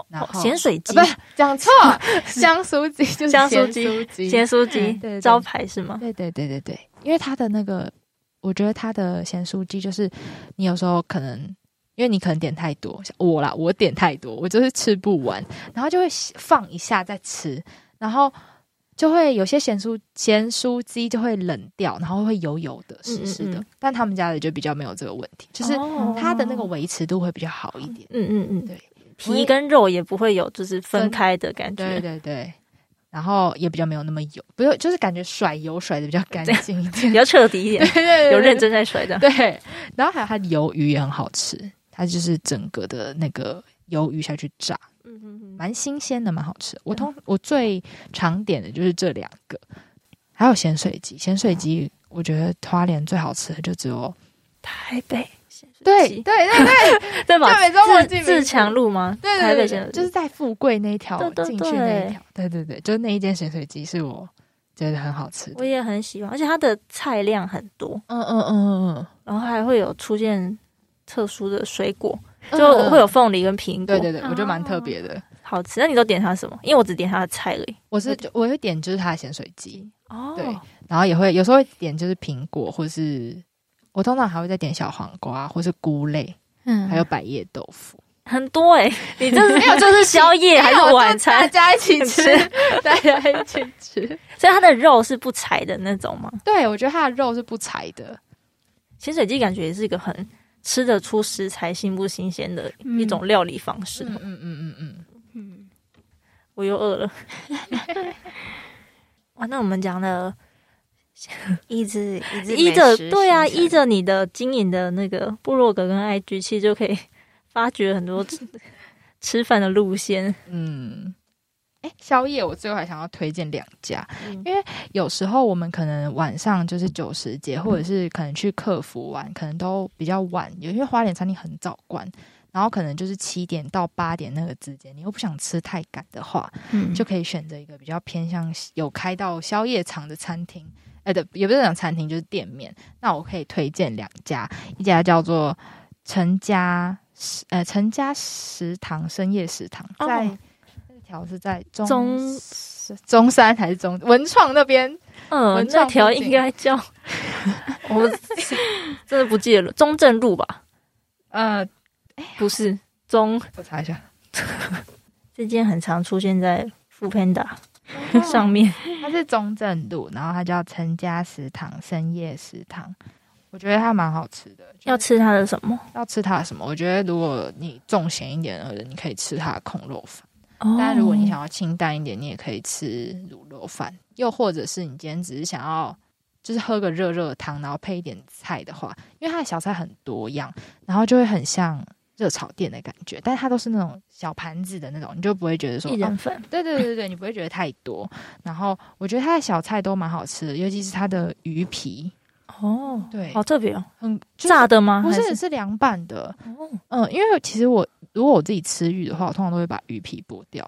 [SPEAKER 2] 然
[SPEAKER 1] 哦
[SPEAKER 2] 后
[SPEAKER 1] 咸水鸡
[SPEAKER 2] 啊、不是讲 错，香酥鸡就是
[SPEAKER 1] 香酥
[SPEAKER 2] 酥
[SPEAKER 1] 鸡
[SPEAKER 2] 鸡
[SPEAKER 1] 咸酥鸡、
[SPEAKER 2] 对对
[SPEAKER 1] 招牌是吗？
[SPEAKER 2] 对对对对对，因为它的那个，我觉得它的咸酥鸡就是你有时候可能，因为你可能点太多，像我啦，我点太多，我就是吃不完，然后就会放一下再吃，然后就会有些咸酥咸酥鸡就会冷掉，然后会油油的、湿湿的，
[SPEAKER 1] 嗯
[SPEAKER 2] 但他们家的就比较没有这个问题，就是
[SPEAKER 1] 哦
[SPEAKER 2] 它的那个维持度会比较好一点。
[SPEAKER 1] 嗯嗯嗯，
[SPEAKER 2] 对，
[SPEAKER 1] 皮跟肉也不会有就是分
[SPEAKER 2] 分
[SPEAKER 1] 开的感
[SPEAKER 2] 对
[SPEAKER 1] 觉。
[SPEAKER 2] 对对。然后也比较没有那么油，不用就是感觉甩油甩的比较干净一 点
[SPEAKER 1] 比，较彻底一点
[SPEAKER 2] 对，对对，对
[SPEAKER 1] 有认真在甩的。
[SPEAKER 2] 对，然后还有它的鱿鱼也很好吃，它就是整个的那个鱿鱼下去炸，
[SPEAKER 1] 嗯嗯嗯，
[SPEAKER 2] 蛮新鲜的，蛮好吃的。我通我最常点的就是这两个，还有咸水鸡。咸水
[SPEAKER 1] 嗯
[SPEAKER 2] 鸡我觉得花莲最好吃的就只有
[SPEAKER 1] 台北咸水
[SPEAKER 2] 对
[SPEAKER 1] 鸡
[SPEAKER 2] 对 对对
[SPEAKER 1] 对吧？
[SPEAKER 2] 对没错我记
[SPEAKER 1] 自
[SPEAKER 2] 名字
[SPEAKER 1] 自强路吗？
[SPEAKER 2] 对
[SPEAKER 1] 台北
[SPEAKER 2] 对对
[SPEAKER 1] 咸水
[SPEAKER 2] 对，
[SPEAKER 1] 鸡
[SPEAKER 2] 就是在富贵那一条
[SPEAKER 1] 对对
[SPEAKER 2] 进去那一条，对对对，就是那一间咸水鸡是我觉得很好吃
[SPEAKER 1] 我
[SPEAKER 2] 的。
[SPEAKER 1] 也很喜欢，而且它的菜量很多，
[SPEAKER 2] 嗯嗯嗯嗯
[SPEAKER 1] 然后还会有出现特殊的水果，
[SPEAKER 2] 嗯，
[SPEAKER 1] 就
[SPEAKER 2] 嗯
[SPEAKER 1] 会有。哦凤梨跟苹果，
[SPEAKER 2] 对对对，我觉得蛮特别的。
[SPEAKER 1] 好吃。那你都点它什么？因为我只点它的菜而已。
[SPEAKER 2] 我是我会点就是它的咸水鸡，
[SPEAKER 1] 哦
[SPEAKER 2] 对，然后也会有时候会点就是苹果，或是我通常还会再点小黄瓜，或是菇类，
[SPEAKER 3] 嗯，
[SPEAKER 2] 还有百叶豆腐。哎
[SPEAKER 1] 很多 哎、你这是没有，这是宵夜还是晚
[SPEAKER 2] 大
[SPEAKER 1] 餐？
[SPEAKER 2] 家一起吃
[SPEAKER 1] 吃，
[SPEAKER 2] 大家一起吃。
[SPEAKER 1] 所以它的肉是不柴的那种吗？
[SPEAKER 2] 对，我觉得它的肉是不柴的，
[SPEAKER 1] 清水鸡感觉也是一个很吃得出食材新不新鲜的一种料理方式。
[SPEAKER 2] 嗯嗯嗯嗯
[SPEAKER 4] 嗯，
[SPEAKER 1] 我又饿 了。哇，那我们讲了
[SPEAKER 4] 依着依着
[SPEAKER 1] 依
[SPEAKER 4] 美
[SPEAKER 1] 着
[SPEAKER 4] 食
[SPEAKER 1] 对啊，
[SPEAKER 4] 行程
[SPEAKER 1] 依着你的经营的那个部落格跟 IG，其实就可以发掘很多 吃吃饭的路线。
[SPEAKER 2] 嗯。哎、宵夜我最后还想要推荐两家，
[SPEAKER 1] 嗯
[SPEAKER 2] 因为有时候我们可能晚上就是九十节，或者是可能去客服玩，可能都比较晚，有些花莲餐厅很早关，然后可能就是七点到八点那个之间，你又不想吃太赶的话，
[SPEAKER 4] 嗯
[SPEAKER 2] 就可以选择一个比较偏向有开到宵夜场的餐厅，呃，对，也不是讲餐厅，就是店面。那我可以推荐两家，一家叫做陈家食，呃，陈家食堂深夜食堂，
[SPEAKER 1] 哦
[SPEAKER 2] 在、那条是在中
[SPEAKER 1] 中
[SPEAKER 2] 中山还是中文创那边？
[SPEAKER 1] 嗯
[SPEAKER 2] 文，创
[SPEAKER 1] 那条
[SPEAKER 2] 风景
[SPEAKER 1] 应该叫 我真的不记得了，中正路吧？
[SPEAKER 2] 呃，
[SPEAKER 1] 不是中
[SPEAKER 2] 我查一下，
[SPEAKER 1] 这间很常出现在 f o o Panda
[SPEAKER 2] 哦
[SPEAKER 1] 上面。
[SPEAKER 2] 它是中正路，然后它叫陈家食堂深夜食堂，我觉得它蛮好吃的，就是
[SPEAKER 1] 要吃它的什么？
[SPEAKER 2] 要吃它的什么？我觉得如果你重咸一点的人，你可以吃它的控肉饭；
[SPEAKER 1] 哦
[SPEAKER 2] 但如果你想要清淡一点，你也可以吃卤肉饭。又或者是你今天只是想要就是喝个热热汤，然后配一点菜的话，因为它的小菜很多样，然后就会很像热炒店的感觉，但它都是那种小盘子的那种，你就不会觉得说
[SPEAKER 1] 一
[SPEAKER 2] 哦
[SPEAKER 1] 人份，
[SPEAKER 2] 对对对对，你不会觉得太多。然后我觉得它的小菜都蛮好吃的，尤其是它的鱼皮，
[SPEAKER 1] 哦，
[SPEAKER 2] 对，
[SPEAKER 1] 好特别哦，
[SPEAKER 2] 很就是
[SPEAKER 1] 炸的吗？
[SPEAKER 2] 不
[SPEAKER 1] 还
[SPEAKER 2] 是是凉拌的，
[SPEAKER 1] 哦，
[SPEAKER 2] 嗯，因为其实我如果我自己吃鱼的话，我通常都会把鱼皮剥掉，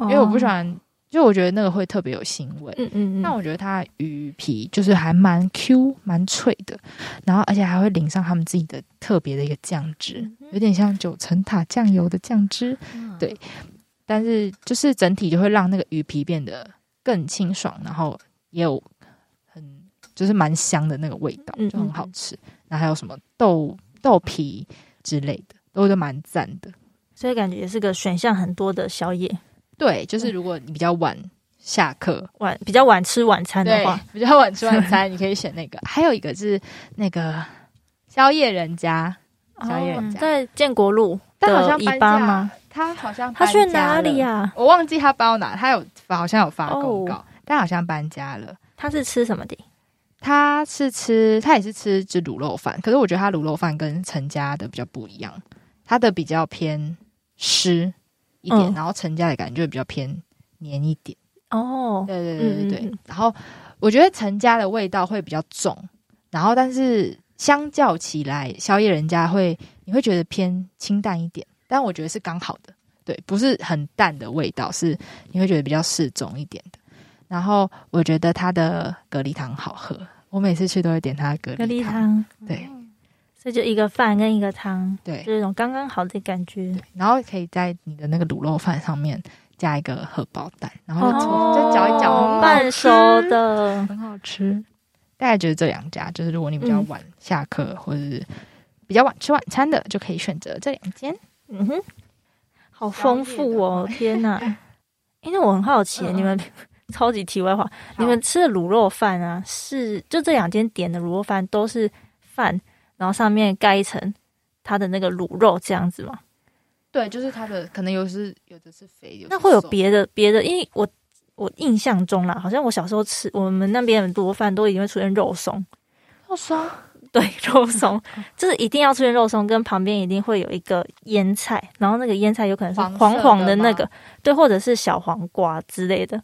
[SPEAKER 2] 因为我不喜欢，就我觉得那个会特别有腥味。
[SPEAKER 1] 哦嗯嗯
[SPEAKER 2] 但
[SPEAKER 1] 嗯，
[SPEAKER 2] 我觉得它的鱼皮就是还蛮 Q、蛮脆的，然后而且还会淋上他们自己的特别的一个酱汁，
[SPEAKER 1] 嗯
[SPEAKER 2] 有点像九层塔酱油的酱汁。
[SPEAKER 4] 嗯
[SPEAKER 2] 对但是就是整体就会让那个鱼皮变得更清爽，然后也有很就是蛮香的那个味道，
[SPEAKER 1] 嗯
[SPEAKER 2] 就很好吃。然后还有什么豆豆皮之类的，都都蛮赞的。
[SPEAKER 1] 所以感觉也是个选项很多的宵夜，
[SPEAKER 2] 对，就是如果你比较晚下课，
[SPEAKER 1] 晚比较晚吃晚餐的
[SPEAKER 2] 对
[SPEAKER 1] 话，，
[SPEAKER 2] 比较晚吃晚餐，你可以选那个。还有一个是那个宵夜人家，宵夜人
[SPEAKER 1] 哦
[SPEAKER 2] 家
[SPEAKER 1] 在建国路
[SPEAKER 2] 但好像
[SPEAKER 1] 的
[SPEAKER 2] 搬
[SPEAKER 1] 尾巴
[SPEAKER 2] 家
[SPEAKER 1] 吗？？
[SPEAKER 2] 他好像
[SPEAKER 1] 他去
[SPEAKER 2] 搬家
[SPEAKER 1] 哪里啊
[SPEAKER 2] 了？
[SPEAKER 1] 呀？
[SPEAKER 2] 啊我忘记他搬到哪，他有好像有发公
[SPEAKER 1] 哦
[SPEAKER 2] 告，但好像搬家了。
[SPEAKER 1] 他是吃什么的？
[SPEAKER 2] 他是吃，他也是吃只卤肉饭，可是我觉得他卤肉饭跟陈家的比较不一样，他的比较偏湿一点，
[SPEAKER 1] 嗯
[SPEAKER 2] 然后陈家的感觉就比较偏黏一点。
[SPEAKER 1] 哦，
[SPEAKER 2] 对对对对对。
[SPEAKER 1] 嗯嗯嗯
[SPEAKER 2] 然后我觉得陈家的味道会比较重，然后但是相较起来，宵夜人家会你会觉得偏清淡一点，但我觉得是刚好的，对，不是很淡的味道，是你会觉得比较适中一点的。然后我觉得它的蛤蜊汤好喝，我每次去都会点它的
[SPEAKER 1] 蛤
[SPEAKER 2] 蛤
[SPEAKER 1] 蜊
[SPEAKER 2] 蜊汤。
[SPEAKER 1] 汤，
[SPEAKER 2] 对
[SPEAKER 1] 所以就一个饭跟一个汤，
[SPEAKER 2] 对
[SPEAKER 1] 就是一种刚刚好的感觉。
[SPEAKER 2] 然后可以在你的那个卤肉饭上面加一个荷包蛋，然后就
[SPEAKER 1] 哦
[SPEAKER 2] 就搅嗯一搅，
[SPEAKER 1] 半熟的，
[SPEAKER 2] 很好吃。大概就是这两家，就是如果你比较
[SPEAKER 1] 嗯
[SPEAKER 2] 晚下课、或者是比较晚吃晚餐的，就可以选择这两间。
[SPEAKER 1] 嗯哼，好丰富哦！天 哪！因为我很好奇，
[SPEAKER 2] 嗯嗯
[SPEAKER 1] 你们超级题外话，你们吃的卤肉饭啊，是就这两间点的卤肉饭都是饭，然后上面盖一层它的那个卤肉这样子吗？
[SPEAKER 2] 对，就是它的可能有是有的是哦肥，有的
[SPEAKER 1] 那会有
[SPEAKER 2] 瘦
[SPEAKER 1] 别的别的？因为我我印象中啦，好像我小时候吃我们那边的卤肉饭都一定会出现肉松，
[SPEAKER 2] 肉松，
[SPEAKER 1] 对，肉
[SPEAKER 2] 哦
[SPEAKER 1] 松 就是一定要出现肉松，跟旁边一定会有一个腌菜，然后那个腌菜有可能是
[SPEAKER 2] 黄色
[SPEAKER 1] 黄黄
[SPEAKER 2] 的
[SPEAKER 1] 的
[SPEAKER 2] 吗
[SPEAKER 1] 那个，对，或者是小黄瓜之类的。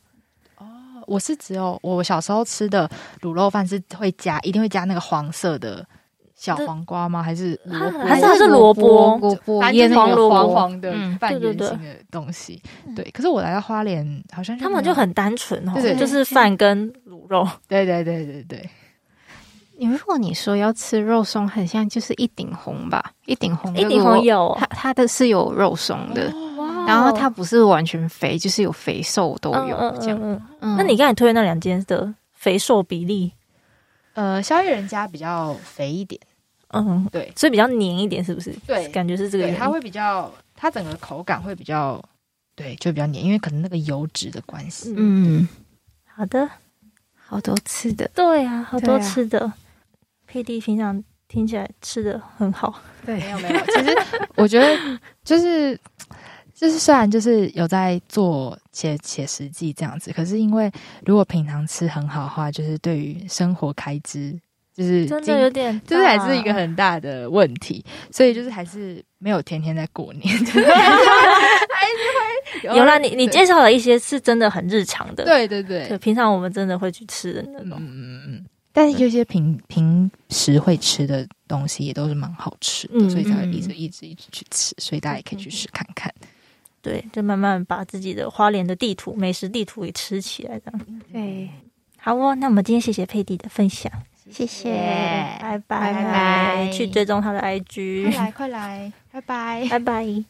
[SPEAKER 2] 我是只有我小时候吃的卤肉饭是会加，一定会加那个黄色的小
[SPEAKER 1] 这
[SPEAKER 2] 黄瓜吗？还是萝卜
[SPEAKER 1] 还是它是萝卜
[SPEAKER 4] 萝卜
[SPEAKER 2] 反
[SPEAKER 4] 腌
[SPEAKER 2] 正
[SPEAKER 4] 那
[SPEAKER 2] 就是
[SPEAKER 4] 个
[SPEAKER 1] 萝
[SPEAKER 2] 黄
[SPEAKER 1] 卜
[SPEAKER 2] 黄黄的
[SPEAKER 4] 嗯
[SPEAKER 2] 半
[SPEAKER 1] 对对嗯
[SPEAKER 2] 圆形的东西。对，可是我来到花莲，好像
[SPEAKER 1] 他
[SPEAKER 2] 没
[SPEAKER 1] 们
[SPEAKER 2] 有
[SPEAKER 1] 就很单纯哦，
[SPEAKER 2] 对对
[SPEAKER 1] 就是饭跟卤肉。
[SPEAKER 2] 对对对对对，
[SPEAKER 4] 如果你说要吃肉松，很像就是一顶红吧，一顶
[SPEAKER 2] 嗯
[SPEAKER 4] 红，
[SPEAKER 1] 一顶红，有嗯哦
[SPEAKER 4] 它它的是有肉松的，
[SPEAKER 3] 哦
[SPEAKER 1] 哇
[SPEAKER 4] 然后它不是完全肥，就是有肥瘦都
[SPEAKER 1] 嗯
[SPEAKER 4] 有
[SPEAKER 1] 嗯
[SPEAKER 4] 这样。
[SPEAKER 1] 嗯嗯。
[SPEAKER 4] 嗯
[SPEAKER 1] 那你刚才推的那两间的肥瘦比例，
[SPEAKER 2] 呃，宵夜人家比较肥一点，
[SPEAKER 1] 嗯，
[SPEAKER 2] 对
[SPEAKER 1] 所以比较黏一点，是不是？
[SPEAKER 2] 对
[SPEAKER 1] 感觉是这个
[SPEAKER 2] 对，
[SPEAKER 1] 原
[SPEAKER 2] 它
[SPEAKER 1] 因。
[SPEAKER 2] 会比较它整个口感会比较，对，就比较黏，因为可能那个油脂的关系。
[SPEAKER 4] 嗯，
[SPEAKER 1] 好的，
[SPEAKER 4] 好多吃的，
[SPEAKER 1] 对啊，好多
[SPEAKER 4] 对啊
[SPEAKER 1] 吃的。P D 平常听起来吃的很好，
[SPEAKER 2] 没有没有，其实 我觉得就是就是虽然就是有在做写写实际这样子，可是因为如果平常吃很好的话，就是对于生活开支就是
[SPEAKER 1] 真
[SPEAKER 2] 经
[SPEAKER 1] 的有点大，
[SPEAKER 2] 就是还是一个很大的问题，所以就是还是没有天天在过年， 就是还是会
[SPEAKER 1] 有啦。你你
[SPEAKER 2] 对
[SPEAKER 1] 介绍了一些是真的很日常的，
[SPEAKER 2] 对对对，
[SPEAKER 1] 对，平常我们真的会去吃的那
[SPEAKER 2] 嗯
[SPEAKER 1] 种。
[SPEAKER 2] 嗯嗯，但是有些平平时会吃的东西也都是蛮好吃的，
[SPEAKER 1] 嗯
[SPEAKER 2] 所以才会一直
[SPEAKER 4] 嗯
[SPEAKER 2] 一直一直去吃，所以大家也可以去试看看。
[SPEAKER 1] 对，就慢慢把自己的花莲的地图、美食地图给吃起来，这样。
[SPEAKER 4] 对，
[SPEAKER 1] 好哦，那我们今天谢谢佩蒂的分享，
[SPEAKER 3] 谢谢，
[SPEAKER 1] 拜拜
[SPEAKER 4] 拜拜
[SPEAKER 1] 去追踪他的 IG，
[SPEAKER 2] 来快来，
[SPEAKER 4] 拜拜。
[SPEAKER 1] 拜拜。